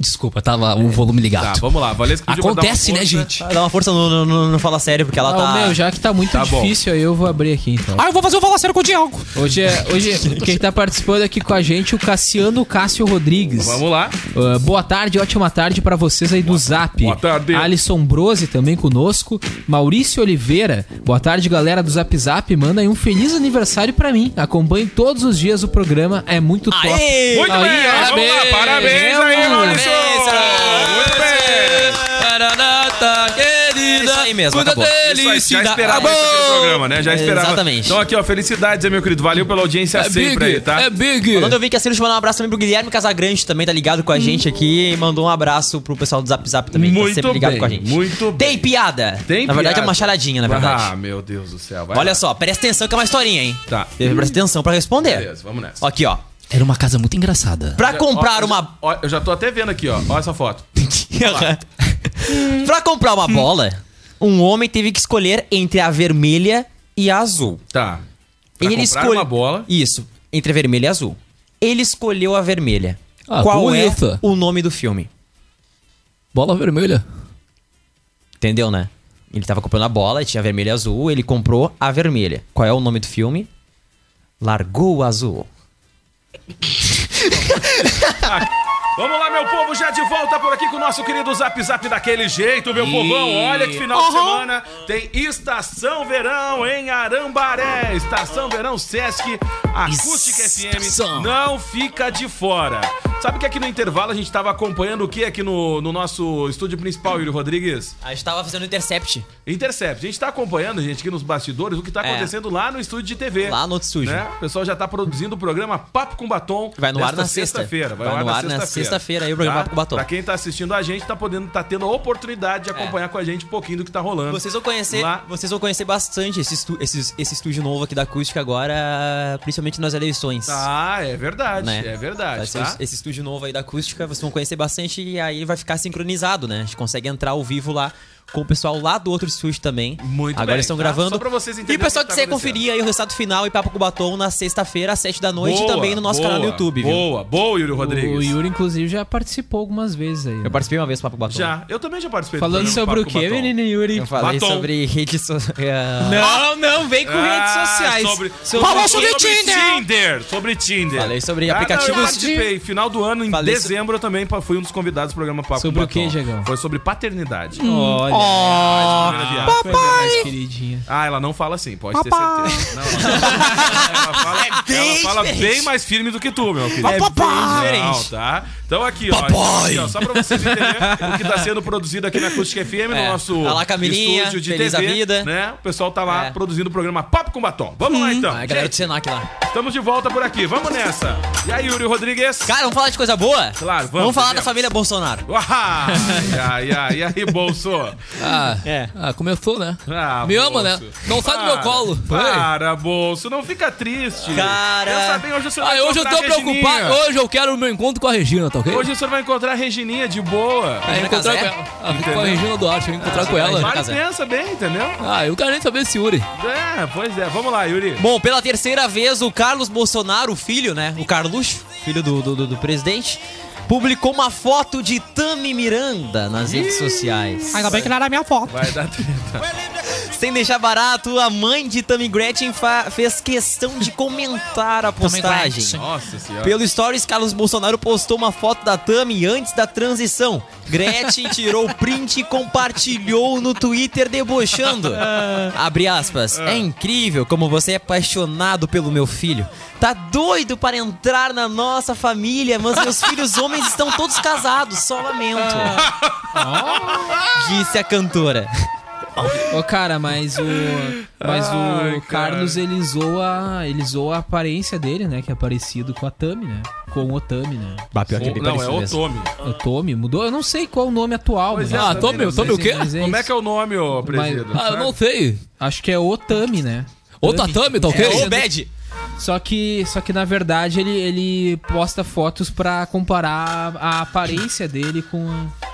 [SPEAKER 5] Desculpa, tava o volume
[SPEAKER 11] Tá,
[SPEAKER 5] ligado.
[SPEAKER 11] vamos lá. Valesca pediu pra dar uma
[SPEAKER 5] Acontece, né,
[SPEAKER 11] força.
[SPEAKER 5] gente?
[SPEAKER 12] Dá uma força no, no, no- no Fala Sério, porque ela
[SPEAKER 13] Ah,
[SPEAKER 12] tá.
[SPEAKER 13] meu, já que tá muito
[SPEAKER 11] Tá bom.
[SPEAKER 13] difícil, aí eu vou abrir aqui então.
[SPEAKER 12] Ah, eu vou fazer um Fala Sério com o Diogo.
[SPEAKER 13] Hoje, é, hoje quem tá participando aqui com a gente, o Cassiano Cássio Rodrigues.
[SPEAKER 11] Vamos lá.
[SPEAKER 13] Ah, boa tarde, ótima tarde pra vocês aí do Zap.
[SPEAKER 11] boa tarde.
[SPEAKER 13] Alisson Brose também conosco. Maurício Oliveira. Boa tarde, galera do Zap Zap. Manda aí um feliz aniversário pra mim. Acompanhe todos os dias o programa, é muito top.
[SPEAKER 12] Aê!
[SPEAKER 11] Muito
[SPEAKER 13] Aí,
[SPEAKER 11] bem. Vamos lá.
[SPEAKER 13] parabéns.
[SPEAKER 11] Parabéns aí,
[SPEAKER 13] Parabéns,
[SPEAKER 11] Maurício.
[SPEAKER 12] parabéns.
[SPEAKER 11] Muito bem. É
[SPEAKER 5] Taranata, querida.
[SPEAKER 12] É isso aí mesmo,
[SPEAKER 5] Quando a
[SPEAKER 12] acabou.
[SPEAKER 11] Isso aí, já
[SPEAKER 5] felicidade-
[SPEAKER 11] esperava
[SPEAKER 5] Acabou!
[SPEAKER 11] isso aqui no programa, né? Já esperava.
[SPEAKER 12] Exatamente. É
[SPEAKER 11] Então aqui, ó, felicidades, meu querido. Valeu pela audiência sempre aí, tá?
[SPEAKER 13] é
[SPEAKER 12] Quando eu vi que a Cirus mandou um abraço também pro Guilherme Casagrande, também tá ligado com a gente aqui. E mandou um abraço pro pessoal do Zap Zap também, que
[SPEAKER 11] Muito
[SPEAKER 12] tá sempre ligado
[SPEAKER 11] bem,
[SPEAKER 12] com a gente. Muito bem. Tem piada.
[SPEAKER 11] Tem
[SPEAKER 12] Na verdade é
[SPEAKER 11] piada.
[SPEAKER 12] uma charadinha, na verdade.
[SPEAKER 11] Ah, meu Deus do céu. vai
[SPEAKER 12] Olha
[SPEAKER 11] lá.
[SPEAKER 12] só, presta atenção que é uma historinha, hein?
[SPEAKER 11] Tá.
[SPEAKER 12] Presta atenção pra responder.
[SPEAKER 11] Beleza, vamos nessa.
[SPEAKER 12] Aqui, ó.
[SPEAKER 5] Era uma casa muito engraçada.
[SPEAKER 12] Pra
[SPEAKER 11] Já-
[SPEAKER 12] comprar
[SPEAKER 11] ó,
[SPEAKER 12] uma.
[SPEAKER 11] ó, eu já tô até vendo aqui, ó. Olha essa foto.
[SPEAKER 12] pra comprar uma bola, um homem teve que escolher entre a vermelha e a azul.
[SPEAKER 11] Tá.
[SPEAKER 12] Pra
[SPEAKER 11] comprar uma
[SPEAKER 12] bola. Isso, entre a vermelha e a azul. Ele escolheu a vermelha.
[SPEAKER 5] Ah,
[SPEAKER 12] Qual
[SPEAKER 5] bonita.
[SPEAKER 12] é o nome do filme?
[SPEAKER 5] Bola vermelha.
[SPEAKER 12] Entendeu, né? Ele tava comprando a bola, tinha a vermelha e a azul, ele comprou a vermelha. Qual é o nome do filme? Largou o azul.
[SPEAKER 11] Vamos lá, meu povo, já de volta por aqui com o nosso querido Zap Zap daquele jeito, meu
[SPEAKER 12] Ih.
[SPEAKER 11] povão. Olha que final de
[SPEAKER 12] Aham.
[SPEAKER 11] semana tem Estação Verão em Arambaré. Estação Verão Sesc, Acústica FM. Não fica de fora. Sabe que aqui no intervalo a gente tava acompanhando o que aqui no, no nosso estúdio principal, Yuri Rodrigues?
[SPEAKER 12] A gente tava fazendo intercept.
[SPEAKER 11] Intercept. A gente tá acompanhando, gente, aqui nos bastidores, o que tá
[SPEAKER 12] É.
[SPEAKER 11] acontecendo lá no estúdio de TV.
[SPEAKER 12] Lá no outro estúdio.
[SPEAKER 11] Né? O pessoal já tá produzindo o programa Papo com Batom.
[SPEAKER 12] Vai no ar
[SPEAKER 11] nesta
[SPEAKER 12] na sexta.
[SPEAKER 11] sexta-feira. Vai, no ar na sexta-feira
[SPEAKER 12] aí o programa
[SPEAKER 11] Tá?
[SPEAKER 12] Papo com Batom. É.
[SPEAKER 11] Pra quem tá assistindo a gente, tá podendo, tá tendo a oportunidade de acompanhar com a gente um pouquinho do que tá rolando.
[SPEAKER 12] Vocês vão conhecer,
[SPEAKER 11] Lá.
[SPEAKER 12] vocês vão conhecer bastante esse, estu- esses- esse estúdio novo aqui da acústica agora, principalmente nas eleições.
[SPEAKER 11] Ah, é verdade,
[SPEAKER 12] Né?
[SPEAKER 11] é verdade,
[SPEAKER 12] Vai ser
[SPEAKER 11] tá?
[SPEAKER 12] Esse estúdio novo aí da acústica, vocês vão conhecer bastante e aí vai ficar sincronizado, né? A gente consegue entrar ao vivo lá com o pessoal lá do outro estúdio também. Muito Agora
[SPEAKER 11] bem,
[SPEAKER 12] eles estão
[SPEAKER 11] tá?
[SPEAKER 12] gravando.
[SPEAKER 11] Só pra vocês
[SPEAKER 12] e
[SPEAKER 11] entenderem
[SPEAKER 12] o pessoal
[SPEAKER 11] o
[SPEAKER 12] que
[SPEAKER 11] que tá
[SPEAKER 12] quiser
[SPEAKER 11] acontecendo.
[SPEAKER 12] conferir aí o resultado final e Papo com Batom na sexta-feira, às sete da noite
[SPEAKER 11] Boa,
[SPEAKER 12] e também no nosso canal no
[SPEAKER 11] boa,
[SPEAKER 12] YouTube, viu?
[SPEAKER 11] boa, boa, Yuri Rodrigues.
[SPEAKER 13] O Yuri, inclusive, já participou algumas vezes aí.
[SPEAKER 12] Eu participei uma vez do Papo com Batom.
[SPEAKER 11] Já, eu também já participei
[SPEAKER 13] Falando sobre o quê, menino Yuri?
[SPEAKER 12] Eu falei
[SPEAKER 13] Batom.
[SPEAKER 12] sobre redes é, Ah, sociais.
[SPEAKER 13] Não, não, vem com redes sociais.
[SPEAKER 11] Ah, Sobre,
[SPEAKER 13] Sobre- Falou sobre Tinder.
[SPEAKER 11] Tinder! Sobre Tinder.
[SPEAKER 12] Falei sobre
[SPEAKER 11] Ah, não,
[SPEAKER 12] aplicativos
[SPEAKER 11] eu participei.
[SPEAKER 12] de-
[SPEAKER 11] Final do ano, em
[SPEAKER 12] Falei so-
[SPEAKER 11] dezembro, eu também pa- fui um dos convidados do programa Papo
[SPEAKER 13] Sobre
[SPEAKER 11] com
[SPEAKER 13] o quê,
[SPEAKER 11] Batom.
[SPEAKER 13] Diegão?
[SPEAKER 11] Foi sobre paternidade.
[SPEAKER 12] Hum.
[SPEAKER 13] Olha.
[SPEAKER 11] Ah, de primeira viagem.
[SPEAKER 13] Papai. Coisa mais queridinha.
[SPEAKER 11] Ah, ela não fala assim, pode ter
[SPEAKER 13] Papai.
[SPEAKER 11] certeza. Não, ela, ela fala, ela fala bem mais firme do que tu, meu querido.
[SPEAKER 13] É bem Papai.
[SPEAKER 11] Não, tá? Então aqui, ó, então aqui, ó, só pra vocês entenderem o que tá sendo produzido aqui na Acústica FM,
[SPEAKER 12] É.
[SPEAKER 11] no nosso
[SPEAKER 12] Alá, Camilinha,
[SPEAKER 11] estúdio de
[SPEAKER 12] Feliz
[SPEAKER 11] TV.
[SPEAKER 12] a Vida.
[SPEAKER 11] Né? O pessoal tá lá
[SPEAKER 12] É.
[SPEAKER 11] produzindo o programa Papo com Batom. Vamos lá, então.
[SPEAKER 12] Ah, a galera do
[SPEAKER 11] Gente,
[SPEAKER 12] Senac lá.
[SPEAKER 11] Estamos de volta por aqui, vamos nessa. E aí, Yuri Rodrigues?
[SPEAKER 12] Cara, vamos falar de coisa boa?
[SPEAKER 11] Claro, vamos.
[SPEAKER 12] Vamos falar da
[SPEAKER 11] devemos.
[SPEAKER 12] família Bolsonaro.
[SPEAKER 11] Ah, ai, ai, ai, bolso.
[SPEAKER 5] Ah,
[SPEAKER 12] é.
[SPEAKER 5] ah, começou, né?
[SPEAKER 11] Ah,
[SPEAKER 5] Me ama,
[SPEAKER 11] bolso.
[SPEAKER 5] né? Não sai do
[SPEAKER 11] Para,
[SPEAKER 5] meu colo.
[SPEAKER 11] Para, bolso, não fica triste.
[SPEAKER 12] Cara.
[SPEAKER 11] Pensa bem, hoje você vai
[SPEAKER 5] Ah, hoje eu
[SPEAKER 11] encontrar
[SPEAKER 5] tô
[SPEAKER 11] a Regininha.
[SPEAKER 5] preocupado. Hoje eu quero o meu encontro com a Regina, tá ok?
[SPEAKER 11] Hoje você vai encontrar a Regininha de boa.
[SPEAKER 5] Ah, encontrar com ela. Ah, com a Regina Duarte, eu ia encontrar com ela.
[SPEAKER 11] Mas pensa bem, entendeu?
[SPEAKER 5] Ah, eu quero nem saber se Yuri.
[SPEAKER 11] É, pois é. Vamos lá, Yuri.
[SPEAKER 12] Bom, pela terceira vez, o Carlos Bolsonaro, o filho, né? O Carluxo, filho do, do, do- do presidente, publicou uma foto de Tami Miranda nas redes sociais.
[SPEAKER 13] Ainda bem que não era a minha foto.
[SPEAKER 11] Vai dar treta.
[SPEAKER 12] Sem deixar barato, a mãe de Tami Gretchen fa- fez questão de comentar a postagem.
[SPEAKER 11] Nossa senhora.
[SPEAKER 12] Pelo Stories, Carlos Bolsonaro postou uma foto da Tami antes da transição. Gretchen tirou o print e compartilhou no Twitter debochando. Abre aspas. É incrível como você é apaixonado pelo meu filho. Tá doido para entrar na nossa família, mas meus filhos homens estão todos casados. Só lamento. Disse a cantora.
[SPEAKER 13] Ô, cara, mas o. Mas
[SPEAKER 11] Ai,
[SPEAKER 13] o
[SPEAKER 11] cara.
[SPEAKER 13] Carlos, ele zoa, ele zoa a aparência dele, né? Que é parecido com a Tami, né? Com o Tami, né?
[SPEAKER 12] Bah, pior que é bem
[SPEAKER 11] Não, é
[SPEAKER 12] parecido mesmo.
[SPEAKER 11] Otome.
[SPEAKER 13] O Tommy mudou. Eu não sei qual o nome atual,
[SPEAKER 11] Pois
[SPEAKER 13] mano.
[SPEAKER 11] é,
[SPEAKER 5] Ah,
[SPEAKER 11] também
[SPEAKER 5] Tommy,
[SPEAKER 11] não
[SPEAKER 5] Tommy
[SPEAKER 11] sei.
[SPEAKER 5] o quê?
[SPEAKER 13] Mas
[SPEAKER 11] Como é
[SPEAKER 13] isso.
[SPEAKER 11] que é o nome, ô presídio?
[SPEAKER 5] Ah, eu não sei.
[SPEAKER 13] Acho que é o Tami, né?
[SPEAKER 5] Outra Tami, tá ok?
[SPEAKER 12] É o Bad.
[SPEAKER 13] Só que, só que na verdade ele, ele posta fotos pra comparar a aparência dele com a-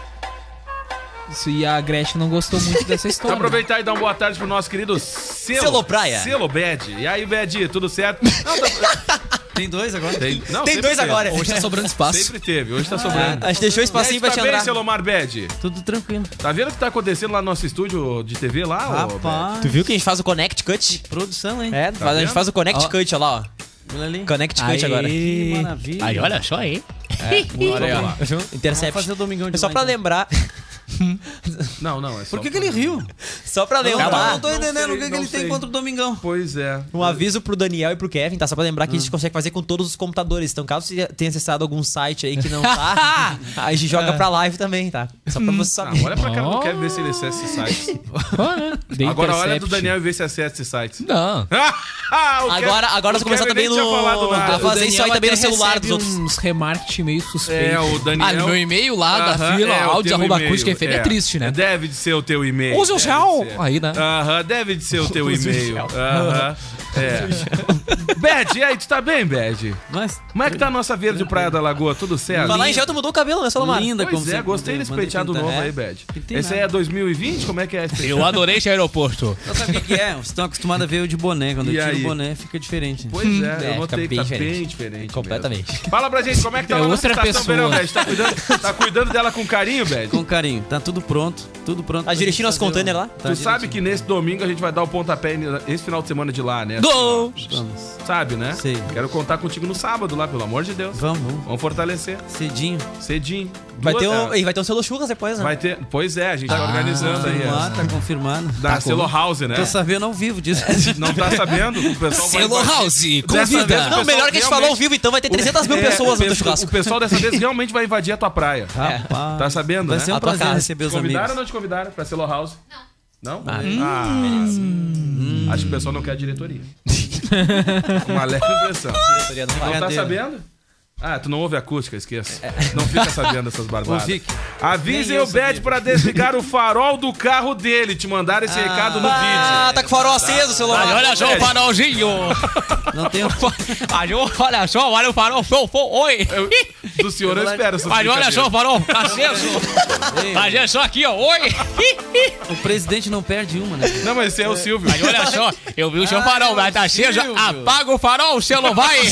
[SPEAKER 13] Isso, e a Gretchen não gostou muito dessa
[SPEAKER 11] Então
[SPEAKER 13] história.
[SPEAKER 11] aproveitar e dar uma boa tarde pro nosso querido Selo.
[SPEAKER 12] Selo Praia.
[SPEAKER 11] Selo Bad. E aí, Bad, tudo certo? Não, tá-
[SPEAKER 12] Tem dois agora?
[SPEAKER 11] Tem, não,
[SPEAKER 12] Tem
[SPEAKER 11] sempre
[SPEAKER 12] dois
[SPEAKER 11] teve.
[SPEAKER 12] agora. Ah,
[SPEAKER 5] Hoje tá sobrando espaço.
[SPEAKER 11] Sempre teve, hoje tá sobrando.
[SPEAKER 12] A gente deixou o espacinho pra
[SPEAKER 11] tá
[SPEAKER 12] Assim te
[SPEAKER 11] bem,
[SPEAKER 12] entrar.
[SPEAKER 11] Selomar Bad?
[SPEAKER 13] Tudo tranquilo.
[SPEAKER 11] Tá vendo o que tá acontecendo lá no nosso estúdio de TV lá? ô, Bad?
[SPEAKER 12] Tu viu que a gente faz o Connect Cut?
[SPEAKER 8] Produção, hein?
[SPEAKER 12] É, a gente
[SPEAKER 11] vendo?
[SPEAKER 12] faz o Connect
[SPEAKER 5] Ó.
[SPEAKER 12] Cut, olha lá, ó.
[SPEAKER 8] Olha ali.
[SPEAKER 12] Connect Cut agora.
[SPEAKER 8] Que maravilha.
[SPEAKER 5] Aí, olha só aí.
[SPEAKER 12] Olha aí, ó.
[SPEAKER 13] né?
[SPEAKER 8] Vamos fazer
[SPEAKER 12] Intercept.
[SPEAKER 8] o Domingão de
[SPEAKER 12] É só
[SPEAKER 8] lá,
[SPEAKER 12] pra
[SPEAKER 8] então.
[SPEAKER 12] lembrar.
[SPEAKER 11] Não, não, é só.
[SPEAKER 12] Por que, que ele riu? Só pra
[SPEAKER 11] Não,
[SPEAKER 12] lembrar.
[SPEAKER 11] não,
[SPEAKER 12] não tô entendendo o que, que ele tem contra o Domingão.
[SPEAKER 11] Pois é.
[SPEAKER 12] Um aviso pro Daniel e pro Kevin, tá? Só pra lembrar que a gente consegue fazer com todos os computadores. Então, caso você tenha acessado algum site aí que não tá, a gente joga pra live também, tá? Só pra você saber.
[SPEAKER 11] Ah, olha pra cara do Kevin ver se ele acessa esses sites.
[SPEAKER 13] The
[SPEAKER 11] Agora olha do
[SPEAKER 13] Intercept.
[SPEAKER 11] Daniel e vê se acessa esses sites.
[SPEAKER 13] Tá
[SPEAKER 5] Não.
[SPEAKER 11] Ah, o Kevin-
[SPEAKER 12] Agora- agora
[SPEAKER 11] o
[SPEAKER 12] você começa
[SPEAKER 11] Kevin
[SPEAKER 12] também
[SPEAKER 11] nem tinha
[SPEAKER 12] no-
[SPEAKER 11] falado nada.
[SPEAKER 12] a
[SPEAKER 13] O
[SPEAKER 12] fazer isso aí
[SPEAKER 13] Daniel
[SPEAKER 12] também no
[SPEAKER 13] até
[SPEAKER 12] celular
[SPEAKER 13] recebe
[SPEAKER 12] dos outros.
[SPEAKER 13] uns remarketing meio suspeitos.
[SPEAKER 11] É, o Daniel.
[SPEAKER 5] Ah, no meu e-mail lá da fila, áudio,
[SPEAKER 11] é
[SPEAKER 13] um
[SPEAKER 11] teu
[SPEAKER 5] arroba
[SPEAKER 11] e-mail,
[SPEAKER 5] acústica FM é triste, né?
[SPEAKER 11] Deve de ser o teu e-mail.
[SPEAKER 5] Use o
[SPEAKER 11] deve
[SPEAKER 5] gel.
[SPEAKER 11] de ser.
[SPEAKER 5] Aí, né?
[SPEAKER 11] Aham, deve de ser o teu
[SPEAKER 5] Use o
[SPEAKER 11] e-mail.
[SPEAKER 5] gel.
[SPEAKER 11] Aham. É. Bad, e aí, tu tá bem, Bad?
[SPEAKER 14] Mas-
[SPEAKER 11] Como é que tá a nossa verde praia da lagoa? Tudo certo?
[SPEAKER 12] Falar em gel, tu mudou o cabelo, né, Salomar?
[SPEAKER 14] Linda
[SPEAKER 11] Pois
[SPEAKER 14] como
[SPEAKER 11] é,
[SPEAKER 14] sempre,
[SPEAKER 11] gostei desse
[SPEAKER 14] mandei
[SPEAKER 11] penteado
[SPEAKER 14] pintar.
[SPEAKER 11] novo
[SPEAKER 14] É.
[SPEAKER 11] aí, Bad.
[SPEAKER 14] Que tem
[SPEAKER 11] Esse aí
[SPEAKER 14] nada.
[SPEAKER 11] é 2020? Como é que é esse penteado?
[SPEAKER 14] Eu adorei
[SPEAKER 5] esse aeroporto.
[SPEAKER 14] Não
[SPEAKER 13] Então,
[SPEAKER 14] sabe o que que é? Vocês estão acostumados a ver eu de boné. Quando
[SPEAKER 11] E
[SPEAKER 14] eu tiro
[SPEAKER 11] aí?
[SPEAKER 14] o boné, fica diferente.
[SPEAKER 11] Pois é, eu
[SPEAKER 14] É,
[SPEAKER 11] notei
[SPEAKER 14] fica
[SPEAKER 11] que
[SPEAKER 14] bem
[SPEAKER 11] tá
[SPEAKER 14] diferente.
[SPEAKER 11] bem diferente.
[SPEAKER 12] Completamente.
[SPEAKER 11] mesmo. Fala pra gente, como é que tá
[SPEAKER 14] É
[SPEAKER 11] a nossa
[SPEAKER 14] outra
[SPEAKER 11] estação
[SPEAKER 14] pessoa.
[SPEAKER 11] verão, Bad? Tá cuidando, tá cuidando dela com carinho, Bad?
[SPEAKER 14] Com carinho. Tá tudo pronto. Tudo pronto.
[SPEAKER 12] Tá dirigindo
[SPEAKER 11] um
[SPEAKER 12] as container
[SPEAKER 14] um-
[SPEAKER 12] lá?
[SPEAKER 11] tu sabe que nesse domingo a gente vai dar o pontapé esse final de semana de lá, né?
[SPEAKER 12] Gol!
[SPEAKER 11] Vamos. Sabe, né? Sim. Quero contar contigo no sábado lá, pelo amor de Deus. Vamos. Vamos fortalecer.
[SPEAKER 14] Cedinho.
[SPEAKER 11] Cedinho.
[SPEAKER 12] Vai ter, um,
[SPEAKER 11] Duas- é,
[SPEAKER 12] e vai ter um selo churras depois, né?
[SPEAKER 11] Vai ter. Pois é, a gente tá organizando aí.
[SPEAKER 14] confirmado,
[SPEAKER 11] essa.
[SPEAKER 14] Tá confirmado.
[SPEAKER 11] Da
[SPEAKER 14] Tá
[SPEAKER 11] Selo
[SPEAKER 14] com-
[SPEAKER 11] House, né?
[SPEAKER 14] Tô sabendo ao vivo disso.
[SPEAKER 11] Não tá sabendo? O pessoal vai-
[SPEAKER 14] Selo
[SPEAKER 11] vai-
[SPEAKER 14] House,
[SPEAKER 11] Dessa
[SPEAKER 14] convida.
[SPEAKER 11] vez o
[SPEAKER 14] Não,
[SPEAKER 11] pessoal
[SPEAKER 12] melhor que a gente falou ao vivo, então vai ter 300 mil
[SPEAKER 11] É,
[SPEAKER 12] pessoas
[SPEAKER 11] o
[SPEAKER 12] no
[SPEAKER 11] pessoal-
[SPEAKER 12] churrasco. É.
[SPEAKER 11] O pessoal dessa vez realmente vai invadir a tua praia.
[SPEAKER 14] Rapaz.
[SPEAKER 11] Tá sabendo,
[SPEAKER 14] Vai
[SPEAKER 11] né?
[SPEAKER 14] ser um
[SPEAKER 11] A tua
[SPEAKER 14] prazer
[SPEAKER 11] casa.
[SPEAKER 14] receber os
[SPEAKER 11] Te convidaram
[SPEAKER 14] amigos.
[SPEAKER 11] ou não te convidaram pra Selo House? Não. Não?
[SPEAKER 14] Ah,
[SPEAKER 11] Ah, acho que o pessoal não quer a diretoria. Uma leve impressão.
[SPEAKER 12] diretoria não
[SPEAKER 11] Não
[SPEAKER 12] paga
[SPEAKER 11] tá
[SPEAKER 12] dele.
[SPEAKER 11] sabendo? Ah, tu não ouve acústica, esqueça. Não fica sabendo essas barbadas.
[SPEAKER 14] Não fique.
[SPEAKER 11] Avisem
[SPEAKER 14] É. Nem eu
[SPEAKER 11] o Bad
[SPEAKER 14] sabia.
[SPEAKER 11] pra desligar o farol do carro dele. Te mandaram esse recado no vídeo.
[SPEAKER 12] Ah, tá com o farol aceso, o celular.
[SPEAKER 11] Olha, olha só o
[SPEAKER 5] farolzinho.
[SPEAKER 14] Não tem
[SPEAKER 5] Olha só, olha o farol. Show, show, oi.
[SPEAKER 11] Do senhor eu espero. essas
[SPEAKER 5] Olha, olha só o
[SPEAKER 11] brincadeiras.
[SPEAKER 5] farol. Tá aceso. Tá aceso só aqui, ó. Oi.
[SPEAKER 14] O presidente não perde uma, né?
[SPEAKER 11] Não, mas esse é o Silvio.
[SPEAKER 5] Mas olha só, eu vi o seu
[SPEAKER 14] Ah,
[SPEAKER 5] farol, mas tá aceso.
[SPEAKER 14] Silvio.
[SPEAKER 5] Apaga o farol, o selo vai.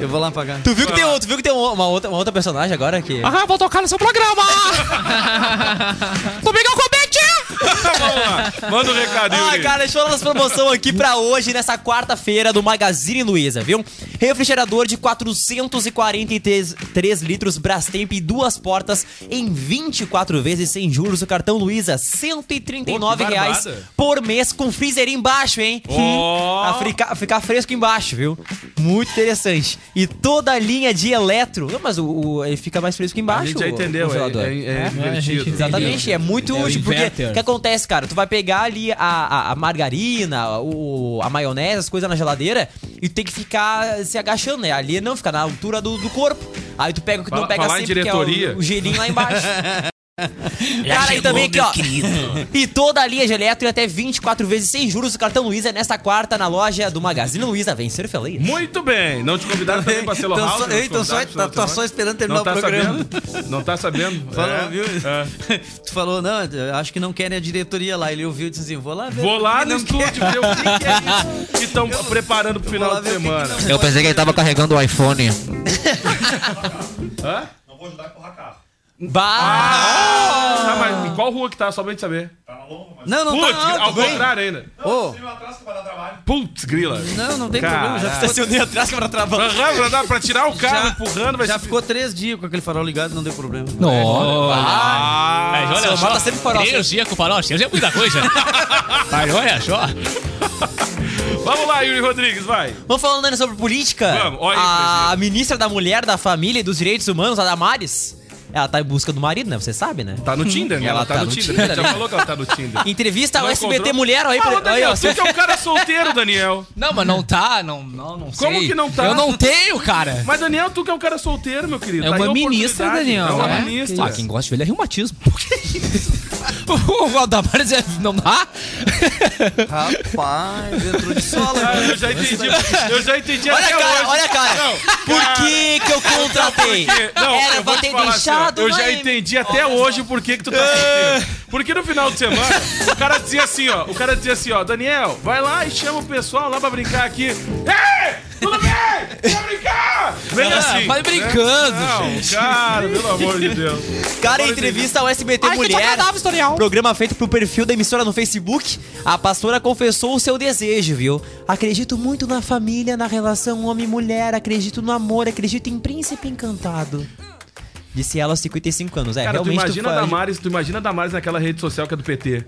[SPEAKER 14] Eu vou lá pagar.
[SPEAKER 12] Tu viu que tem, um- tu viu que tem um- uma, outra, uma outra personagem agora que.
[SPEAKER 5] Ah, vou tocar no seu programa. Comigo com o
[SPEAKER 11] Manda um recadinho.
[SPEAKER 12] Ah, cara, deixa eu falar das promoção aqui pra hoje, nessa quarta-feira do Magazine Luiza, viu? Refrigerador de 443 três litros Brastemp e duas portas em 24 vezes sem juros. O cartão Luiza, R$ 139
[SPEAKER 11] Pô, que
[SPEAKER 12] reais
[SPEAKER 11] barbada.
[SPEAKER 12] por mês com freezer embaixo, hein?
[SPEAKER 11] Ó.
[SPEAKER 12] Pra ficar, ficar fresco embaixo, viu? Muito interessante. E toda a linha de eletro. Não, mas o, o- ele fica mais fresco
[SPEAKER 11] A
[SPEAKER 12] embaixo.
[SPEAKER 11] gente já
[SPEAKER 12] o
[SPEAKER 11] entendeu, é,
[SPEAKER 12] congelador.
[SPEAKER 11] é, é
[SPEAKER 13] a gente
[SPEAKER 11] divertido.
[SPEAKER 12] Exatamente, é muito
[SPEAKER 13] É o
[SPEAKER 12] útil, porque
[SPEAKER 13] inverter.
[SPEAKER 12] o que acontece, cara? Tu vai pegar ali a, a, a margarina, o, a maionese, as coisas na geladeira, e tu tem que ficar se agachando, né? Ali não, fica na altura do, do corpo. Aí tu pega o que tu
[SPEAKER 11] Fala-
[SPEAKER 12] não pega
[SPEAKER 11] falar em
[SPEAKER 12] sempre, que é
[SPEAKER 11] diretoria.
[SPEAKER 12] o, o gelinho lá embaixo. Cara, aí
[SPEAKER 9] chegou,
[SPEAKER 12] também aqui,
[SPEAKER 9] meu
[SPEAKER 12] ó.
[SPEAKER 9] querido.
[SPEAKER 12] E toda a linha de eletro e até 24 vezes sem juros o cartão Luiza é nesta quarta na loja do Magazine Luiza. Vem ser feliz.
[SPEAKER 11] Muito bem. Não te convidaram também pra Selo
[SPEAKER 12] Então
[SPEAKER 11] House?
[SPEAKER 12] só-
[SPEAKER 11] Não te
[SPEAKER 12] então só-
[SPEAKER 11] convidaram pra
[SPEAKER 12] tá- tá
[SPEAKER 11] Selo
[SPEAKER 12] só
[SPEAKER 11] House?
[SPEAKER 12] esperando terminar
[SPEAKER 11] Não
[SPEAKER 12] o
[SPEAKER 11] tá
[SPEAKER 12] programa.
[SPEAKER 11] sabendo. Não tá sabendo.
[SPEAKER 14] Falou,
[SPEAKER 11] É.
[SPEAKER 14] viu?
[SPEAKER 11] É.
[SPEAKER 14] Tu falou, não, acho que não querem a diretoria lá. Ele ouviu e disse assim: vou lá ver.
[SPEAKER 11] Vou lá
[SPEAKER 14] Ele
[SPEAKER 11] no
[SPEAKER 14] não
[SPEAKER 11] estúdio
[SPEAKER 14] quer.
[SPEAKER 11] ver o que, que é isso que estão preparando pro final de semana.
[SPEAKER 15] Eu pensei que ele tava carregando o iPhone.
[SPEAKER 11] Hã?
[SPEAKER 12] Bah!
[SPEAKER 11] Tá, mas em qual rua que tá? Só pra gente saber.
[SPEAKER 14] Não, não
[SPEAKER 11] Putz,
[SPEAKER 14] tá alto,
[SPEAKER 11] ao
[SPEAKER 14] bem.
[SPEAKER 11] contrário ainda.
[SPEAKER 14] Ô,
[SPEAKER 11] Putz, grila.
[SPEAKER 14] Não, não tem problema, já ficou-
[SPEAKER 12] Estacionei atrás que era travando.
[SPEAKER 11] Aham, pra dar- pra tirar o carro
[SPEAKER 14] Já-
[SPEAKER 11] empurrando, vai
[SPEAKER 14] já ficou três dias com aquele farol ligado, não deu problema. É.
[SPEAKER 11] Ah.
[SPEAKER 5] Mas
[SPEAKER 14] Seu
[SPEAKER 5] olha
[SPEAKER 14] irmão
[SPEAKER 5] só,
[SPEAKER 14] tá sempre com farol
[SPEAKER 5] três
[SPEAKER 14] aceso.
[SPEAKER 5] dias com farol aceso é muita coisa. Mas olha só.
[SPEAKER 11] Vamos lá, Yuri Rodrigues, vai.
[SPEAKER 12] Vamos falando ainda sobre política?
[SPEAKER 11] Vamos, olha aí,
[SPEAKER 12] A ministra da Mulher, da Família e dos Direitos Humanos, a Damares, ela tá em busca do marido, né? Você sabe, né?
[SPEAKER 11] Tá no Tinder, né?
[SPEAKER 12] Ela, tá, no Tinder.
[SPEAKER 11] Já
[SPEAKER 12] né?
[SPEAKER 11] falou que ela tá no Tinder.
[SPEAKER 12] Entrevista ao
[SPEAKER 11] Não
[SPEAKER 12] SBT
[SPEAKER 11] encontrou?
[SPEAKER 12] Mulher, olha aí,
[SPEAKER 11] Ah,
[SPEAKER 12] pra-
[SPEAKER 11] ô, Daniel,
[SPEAKER 12] olha aí, ó.
[SPEAKER 11] tu que é um cara solteiro, Daniel.
[SPEAKER 5] Não, mas não tá, não, não, não sei.
[SPEAKER 11] Como que não tá?
[SPEAKER 5] Eu não tenho, cara.
[SPEAKER 11] Mas, Daniel, tu que é um cara solteiro, meu querido.
[SPEAKER 5] É
[SPEAKER 11] Tá
[SPEAKER 5] uma
[SPEAKER 11] aí a
[SPEAKER 5] ministra,
[SPEAKER 11] oportunidade.
[SPEAKER 5] Daniel,
[SPEAKER 11] É
[SPEAKER 12] um
[SPEAKER 11] uma
[SPEAKER 5] né?
[SPEAKER 11] ministra.
[SPEAKER 5] Ah, quem gosta de ele é reumatismo. o Aldamares é. Não dá?
[SPEAKER 14] Rapaz, entrou de sola.
[SPEAKER 11] Ah, eu já entendi. Eu já entendi
[SPEAKER 12] Olha
[SPEAKER 11] até
[SPEAKER 12] a cara,
[SPEAKER 11] hoje.
[SPEAKER 12] olha a cara.
[SPEAKER 11] Não,
[SPEAKER 12] Por que que eu contratei?
[SPEAKER 11] Por quê? Não,
[SPEAKER 12] Era
[SPEAKER 11] eu vou
[SPEAKER 12] pra
[SPEAKER 11] te
[SPEAKER 12] ter
[SPEAKER 11] falar
[SPEAKER 12] deixado...
[SPEAKER 11] assim, ó, Eu
[SPEAKER 12] na
[SPEAKER 11] já
[SPEAKER 12] em-
[SPEAKER 11] entendi até hoje por que que tu tá assistindo. Porque no final de semana, o cara dizia assim, ó. O cara dizia assim, ó. Daniel, vai lá e chama o pessoal lá pra brincar aqui. Ei! Tudo bem? Vai brincar! Vem
[SPEAKER 5] Ah,
[SPEAKER 11] assim.
[SPEAKER 5] vai brincando,
[SPEAKER 11] Não,
[SPEAKER 5] gente. É
[SPEAKER 11] cara, pelo amor de Deus.
[SPEAKER 12] Cara, em entrevista ao SBT
[SPEAKER 5] Ai, que
[SPEAKER 12] Mulher,
[SPEAKER 5] desagradável, historial.
[SPEAKER 12] programa feito pro perfil da emissora no Facebook, a pastora confessou o seu desejo, viu? Acredito muito na família, na relação homem-mulher, acredito no amor, acredito em príncipe encantado. Disse ela aos 55 anos. É,
[SPEAKER 11] Cara, tu
[SPEAKER 12] realmente
[SPEAKER 11] imagina, a
[SPEAKER 12] faz-
[SPEAKER 11] Damares, tu imagina a Damares naquela rede social que é do PT.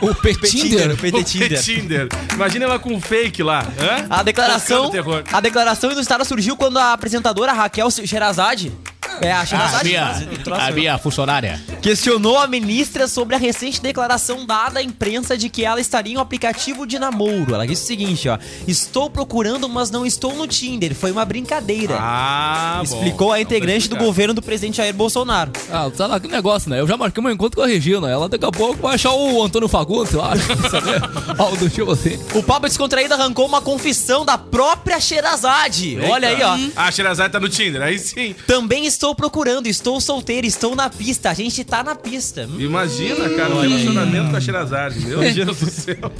[SPEAKER 12] O PT Tinder.
[SPEAKER 11] O PT Tinder. Imagina ela com um fake lá. hã?
[SPEAKER 12] A declaração,
[SPEAKER 9] é
[SPEAKER 11] Tocando terror.
[SPEAKER 12] a declaração ilustrada surgiu quando a apresentadora Raquel Sherazade, é a
[SPEAKER 9] Ah, A
[SPEAKER 12] Sherazade,
[SPEAKER 9] minha,
[SPEAKER 12] mas-
[SPEAKER 9] a minha funcionária.
[SPEAKER 12] questionou a ministra sobre a recente declaração dada à imprensa de que ela estaria em um aplicativo de namoro. Ela disse o seguinte, ó: "Estou procurando, mas não estou no Tinder. Foi uma brincadeira."
[SPEAKER 11] Ah,
[SPEAKER 9] tá
[SPEAKER 11] Então,
[SPEAKER 12] Explicou a integrante do governo do presidente Jair Bolsonaro.
[SPEAKER 5] Ah, tá lá que negócio, né? Eu já marquei um encontro com a Regina. Ela daqui a pouco vai achar o Antônio Fagundes, sei lá. sabe? Algo do tipo assim.
[SPEAKER 12] O Pablo Descontraído arrancou uma confissão da própria Sherazade.
[SPEAKER 11] Eita.
[SPEAKER 12] Olha aí, ó.
[SPEAKER 11] Ah, A Sherazade tá no Tinder, aí sim.
[SPEAKER 12] Também estou procurando, estou solteiro, estou na pista. A gente tá na pista.
[SPEAKER 11] Imagina, cara, o relacionamento com a Sherazade. Meu Deus do céu.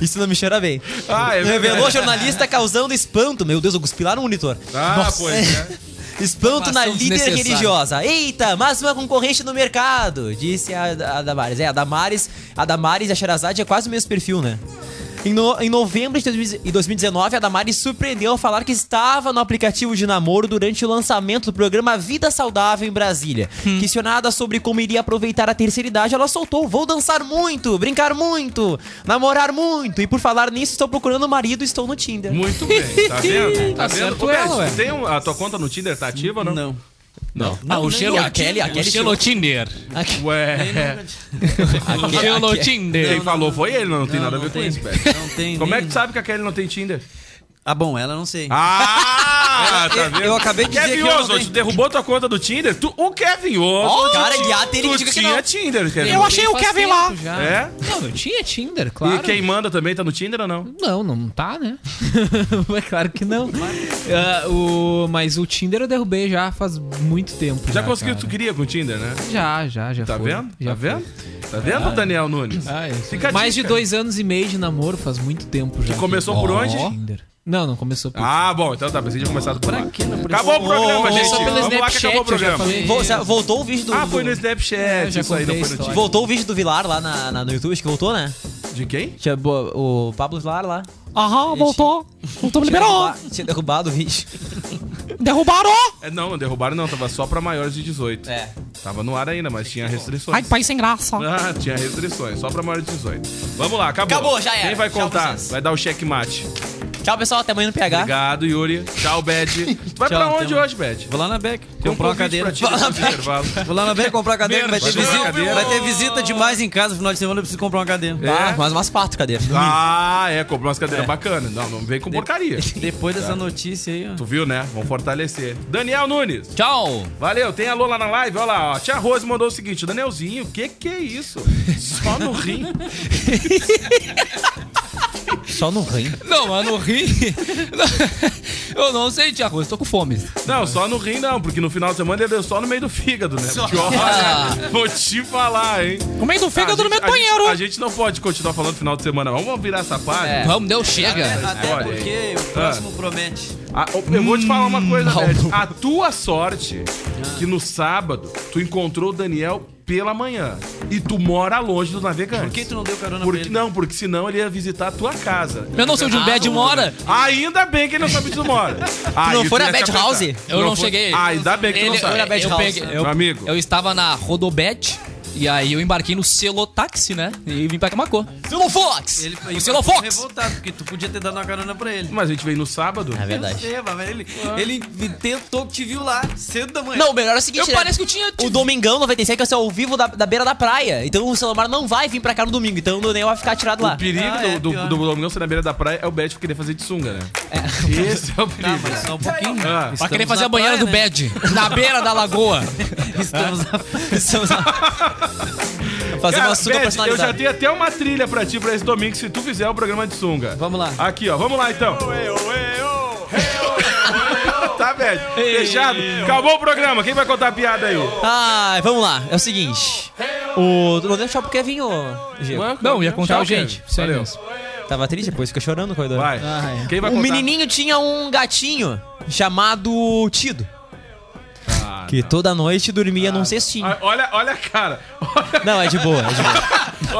[SPEAKER 12] Isso não me cheira bem.
[SPEAKER 11] Ah, é
[SPEAKER 12] Revelou
[SPEAKER 11] verdade.
[SPEAKER 12] jornalista causando espanto. Meu Deus, eu cuspi lá no monitor.
[SPEAKER 11] Ah, pois é.
[SPEAKER 12] Espanto na
[SPEAKER 5] Informação
[SPEAKER 12] líder
[SPEAKER 5] desnecessária.
[SPEAKER 12] religiosa. Eita, mais uma concorrente no mercado, disse a, a Damares. É, a Damares, a Damares e a Sherazade é quase o mesmo perfil, né? Em, no- em novembro de 2000 e 2019, a Damares surpreendeu ao falar que estava no aplicativo de namoro durante o lançamento do programa Vida Saudável em Brasília. Questionada sobre como iria aproveitar a terceira idade, ela soltou: Vou dançar muito, brincar muito, namorar muito. E por falar nisso, estou procurando um marido e estou no Tinder.
[SPEAKER 11] Muito bem, tá vendo? Tá,
[SPEAKER 13] Tá
[SPEAKER 11] vendo?
[SPEAKER 13] certo
[SPEAKER 11] Ô, Pet,
[SPEAKER 13] ela, ué.
[SPEAKER 11] tu tem um- a tua conta no Tinder tá ativa ou não? Não.
[SPEAKER 5] Não.
[SPEAKER 9] Ah, o
[SPEAKER 12] nem
[SPEAKER 9] Xelo
[SPEAKER 12] a Kelly, a
[SPEAKER 9] O
[SPEAKER 12] Kelly
[SPEAKER 9] Xelo
[SPEAKER 12] chegou.
[SPEAKER 9] Tinder.
[SPEAKER 11] Ué.
[SPEAKER 9] O Xelo Tinder.
[SPEAKER 11] Quem falou foi ele, não tem nada a ver com
[SPEAKER 14] tem.
[SPEAKER 11] isso, Pet.
[SPEAKER 14] Não tem
[SPEAKER 11] Como é que
[SPEAKER 14] nem-
[SPEAKER 11] tu sabe que a Kelly não tem Tinder?
[SPEAKER 5] é?
[SPEAKER 14] Ah, bom, ela não sei.
[SPEAKER 11] Ah,
[SPEAKER 14] Eu-
[SPEAKER 11] tá
[SPEAKER 14] eu-
[SPEAKER 11] vendo?
[SPEAKER 14] eu acabei de dizer
[SPEAKER 11] Kevin
[SPEAKER 14] que eu não
[SPEAKER 11] Oswald,
[SPEAKER 14] tenho.
[SPEAKER 11] tu derrubou tua conta do Tinder? Tu, o Kevin Oswald.
[SPEAKER 12] Oh, cara,
[SPEAKER 11] tu-
[SPEAKER 12] de ato ele
[SPEAKER 11] tu
[SPEAKER 12] diga que
[SPEAKER 11] tinha
[SPEAKER 12] não.
[SPEAKER 11] Tinder, Kevin.
[SPEAKER 13] Eu achei o
[SPEAKER 12] Faz
[SPEAKER 13] Kevin
[SPEAKER 12] tempo
[SPEAKER 13] lá.
[SPEAKER 12] já.
[SPEAKER 11] É?
[SPEAKER 13] Não, eu tinha Tinder, claro.
[SPEAKER 11] E quem manda também tá no Tinder ou não?
[SPEAKER 13] Não, não tá, né? é claro que não. Ah, o... Mas o Tinder eu derrubei já faz muito tempo.
[SPEAKER 11] Já conseguiu o que
[SPEAKER 13] Ah,
[SPEAKER 11] tu
[SPEAKER 13] cara.
[SPEAKER 11] queria com o Tinder, né?
[SPEAKER 13] Já, já, já
[SPEAKER 11] Tá
[SPEAKER 13] foi.
[SPEAKER 11] vendo?
[SPEAKER 13] Já
[SPEAKER 11] Tá
[SPEAKER 13] foi.
[SPEAKER 11] vendo? Tá vendo, Daniel Nunes?
[SPEAKER 13] Ah, eu sei.
[SPEAKER 11] Fica a
[SPEAKER 13] Mais de
[SPEAKER 11] dica.
[SPEAKER 13] dois anos e meio de namoro faz muito tempo já.
[SPEAKER 11] começou por onde?
[SPEAKER 13] Tinder. Não, não começou por...
[SPEAKER 11] Ah, bom, então tá, pensei que tinha começado por lá. Acabou o programa, gente.
[SPEAKER 13] Começou pelo
[SPEAKER 11] Vamos lá que
[SPEAKER 13] Snapchat,
[SPEAKER 11] acabou o
[SPEAKER 13] eu já
[SPEAKER 11] programa.
[SPEAKER 13] falei.
[SPEAKER 12] Vo- Voltou o vídeo do.
[SPEAKER 11] Ah, foi
[SPEAKER 12] do-
[SPEAKER 11] no Snapchat,
[SPEAKER 13] É, já
[SPEAKER 11] isso aí, não
[SPEAKER 13] contei
[SPEAKER 11] foi no
[SPEAKER 13] a
[SPEAKER 11] Tinder.
[SPEAKER 12] Voltou o vídeo do Vilar lá na, na- no YouTube, acho que voltou, né?
[SPEAKER 11] De quem?
[SPEAKER 12] Tinha bo- o Pablo Vilar lá.
[SPEAKER 13] Aham, voltou. Voltou,
[SPEAKER 12] Tinha,
[SPEAKER 13] liberou.
[SPEAKER 12] derruba- tinha derrubado o vídeo.
[SPEAKER 13] Derrubaram.
[SPEAKER 11] É, não, derrubaram não, tava só pra maiores de 18.
[SPEAKER 12] É.
[SPEAKER 11] Tava no ar ainda, mas tinha restrições.
[SPEAKER 13] Ai, pai sem graça.
[SPEAKER 11] Ah, tinha restrições, só pra maiores de 18. Vamos lá, acabou.
[SPEAKER 12] Acabou, já era.
[SPEAKER 11] Quem vai
[SPEAKER 12] Tchau,
[SPEAKER 11] contar?
[SPEAKER 12] vocês.
[SPEAKER 11] Vai dar o checkmate.
[SPEAKER 12] Tchau, pessoal. Até amanhã no PH.
[SPEAKER 11] Obrigado, Yuri. Tchau, Bad. Tu vai
[SPEAKER 14] Tchau,
[SPEAKER 11] pra onde
[SPEAKER 14] até mais.
[SPEAKER 11] hoje, Bad?
[SPEAKER 14] Vou lá na Beck
[SPEAKER 11] Tem um
[SPEAKER 14] comprar uma
[SPEAKER 11] convite
[SPEAKER 14] cadeira.
[SPEAKER 11] Pra ti depois do intervalo.
[SPEAKER 14] Vou lá na Beck comprar uma cadeira, que vai ter,
[SPEAKER 11] Merda, vai comprar
[SPEAKER 14] visita,
[SPEAKER 11] uma
[SPEAKER 14] vai ter
[SPEAKER 11] cadeira.
[SPEAKER 14] visita demais em casa no final de semana, eu preciso comprar uma cadeira.
[SPEAKER 13] É.
[SPEAKER 11] É.
[SPEAKER 12] Ah, mais umas quatro, cadê?
[SPEAKER 11] Ah, é, comprou umas cadeiras
[SPEAKER 14] É.
[SPEAKER 11] bacanas. Não, não vem com porcaria.
[SPEAKER 14] Depois
[SPEAKER 11] Tá.
[SPEAKER 14] dessa notícia aí, ó.
[SPEAKER 11] Tu viu, né? Vamos fortalecer. Daniel Nunes.
[SPEAKER 5] Tchau.
[SPEAKER 11] Valeu, tem alô lá na live, olha lá, ó. Tia Rose mandou o seguinte, Danielzinho, o que que é isso? Só no rim.
[SPEAKER 12] Só no rim.
[SPEAKER 5] Não, mas no rim. Eu não sei, Tiago. Eu tô com fome.
[SPEAKER 11] Não, só no rim não, porque no final de semana ele deu só no meio do fígado, né? Porque, olha, vou te falar, hein?
[SPEAKER 13] No meio do fígado,
[SPEAKER 11] Tá, A
[SPEAKER 13] no meio
[SPEAKER 11] gente-
[SPEAKER 13] do
[SPEAKER 11] a gente-
[SPEAKER 13] banheiro.
[SPEAKER 11] A gente não pode continuar falando final de semana, vamos virar essa página. né?
[SPEAKER 5] Vamos, deu, chega.
[SPEAKER 14] É. Até
[SPEAKER 11] Olha aí.
[SPEAKER 14] porque o próximo promete. Hum,
[SPEAKER 11] Ah, eu eu vou te falar uma coisa, Beth. A tua sorte
[SPEAKER 14] Ah.
[SPEAKER 11] que no sábado tu encontrou o Daniel pela manhã e tu mora longe do navegante.
[SPEAKER 14] Por que tu não deu carona pra
[SPEAKER 11] Porque,
[SPEAKER 14] ele?
[SPEAKER 11] não, porque senão ele ia visitar a tua casa.
[SPEAKER 5] Eu não sei onde o Bad mora.
[SPEAKER 11] Ainda bem que ele não sabe onde tu mora. Aí
[SPEAKER 12] não
[SPEAKER 11] tu
[SPEAKER 12] foi na
[SPEAKER 11] ia se
[SPEAKER 12] Bad
[SPEAKER 11] apertar.
[SPEAKER 12] House?
[SPEAKER 5] Eu não,
[SPEAKER 11] foi-
[SPEAKER 5] cheguei.
[SPEAKER 11] Ah, ainda bem que tu
[SPEAKER 5] Ele-
[SPEAKER 11] não sabe.
[SPEAKER 5] eu-
[SPEAKER 12] na Bad
[SPEAKER 5] eu
[SPEAKER 12] House.
[SPEAKER 5] peguei- eu-
[SPEAKER 11] Meu amigo.
[SPEAKER 5] Eu estava na Rodobet e aí eu embarquei no Celotáxi, né? E vim pra Camacô. Celofox!
[SPEAKER 14] Ele
[SPEAKER 5] O
[SPEAKER 14] ficou
[SPEAKER 5] Celofox!
[SPEAKER 14] revoltado, porque tu podia ter dado uma carona pra ele.
[SPEAKER 11] Mas a gente veio no sábado.
[SPEAKER 13] Tá
[SPEAKER 12] É verdade.
[SPEAKER 14] É, mas ele, ele tentou que te viu lá, cedo da manhã.
[SPEAKER 12] Não, o melhor é o seguinte,
[SPEAKER 5] Eu
[SPEAKER 12] né?
[SPEAKER 5] parece que eu tinha...
[SPEAKER 12] O Domingão 97 vai ser ao vivo da, da beira da praia. Então o celular não vai vir pra cá no domingo. Então o Daniel vai ficar tirado lá.
[SPEAKER 11] O perigo
[SPEAKER 14] Ah,
[SPEAKER 11] do,
[SPEAKER 14] é,
[SPEAKER 11] do,
[SPEAKER 14] pior.
[SPEAKER 11] do Domingão ser na beira da praia é o Bad querer fazer de sunga, né? Esse é o perigo.
[SPEAKER 14] Tá, mas só um pouquinho.
[SPEAKER 11] Ah.
[SPEAKER 5] Pra
[SPEAKER 14] Estamos
[SPEAKER 5] querer fazer
[SPEAKER 14] na
[SPEAKER 5] a banheira
[SPEAKER 14] praia,
[SPEAKER 5] do
[SPEAKER 14] né?
[SPEAKER 5] Bad, na beira da lagoa.
[SPEAKER 14] Estamos na
[SPEAKER 12] Estamos lá. Fazer
[SPEAKER 11] Cara,
[SPEAKER 12] uma
[SPEAKER 11] Beth,
[SPEAKER 12] sunga
[SPEAKER 11] eu já
[SPEAKER 12] personalizada.
[SPEAKER 11] dei até uma trilha pra ti pra esse domingo, se tu fizer o programa de sunga.
[SPEAKER 14] Vamos lá.
[SPEAKER 11] Aqui, ó. Vamos lá, então. Tá, Beth? Fechado? Acabou o programa. Quem vai contar a piada aí?
[SPEAKER 12] Ah, vamos lá. É o seguinte. O... Não deixa o Kevin, ô... Diego.
[SPEAKER 5] Não, ia contar
[SPEAKER 11] Tchau,
[SPEAKER 5] o gente.
[SPEAKER 11] Kevin.
[SPEAKER 5] Sério.
[SPEAKER 11] Valeu.
[SPEAKER 12] Tava triste depois, fica chorando no corredor.
[SPEAKER 11] Vai. Quem vai
[SPEAKER 12] O
[SPEAKER 11] contar?
[SPEAKER 12] menininho tinha um gatinho chamado Tido. que toda noite dormia num cestinho.
[SPEAKER 11] tá. Ah, Olha, olha a cara. Olha,
[SPEAKER 12] Não, é de boa, é de boa.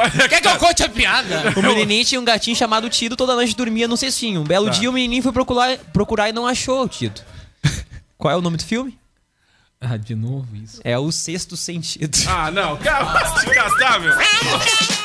[SPEAKER 11] olha a
[SPEAKER 5] Quer que
[SPEAKER 11] cara.
[SPEAKER 5] eu conte a piada?
[SPEAKER 12] O menininho tinha um gatinho chamado Tido, toda noite dormia num cestinho. Um
[SPEAKER 13] Tá.
[SPEAKER 12] belo dia o menininho foi procurar, procurar e não achou o Tido. Qual é o nome do filme?
[SPEAKER 13] Ah, de novo isso.
[SPEAKER 12] É o sexto sentido.
[SPEAKER 11] Ah, não, calma, se gastar, tá, meu.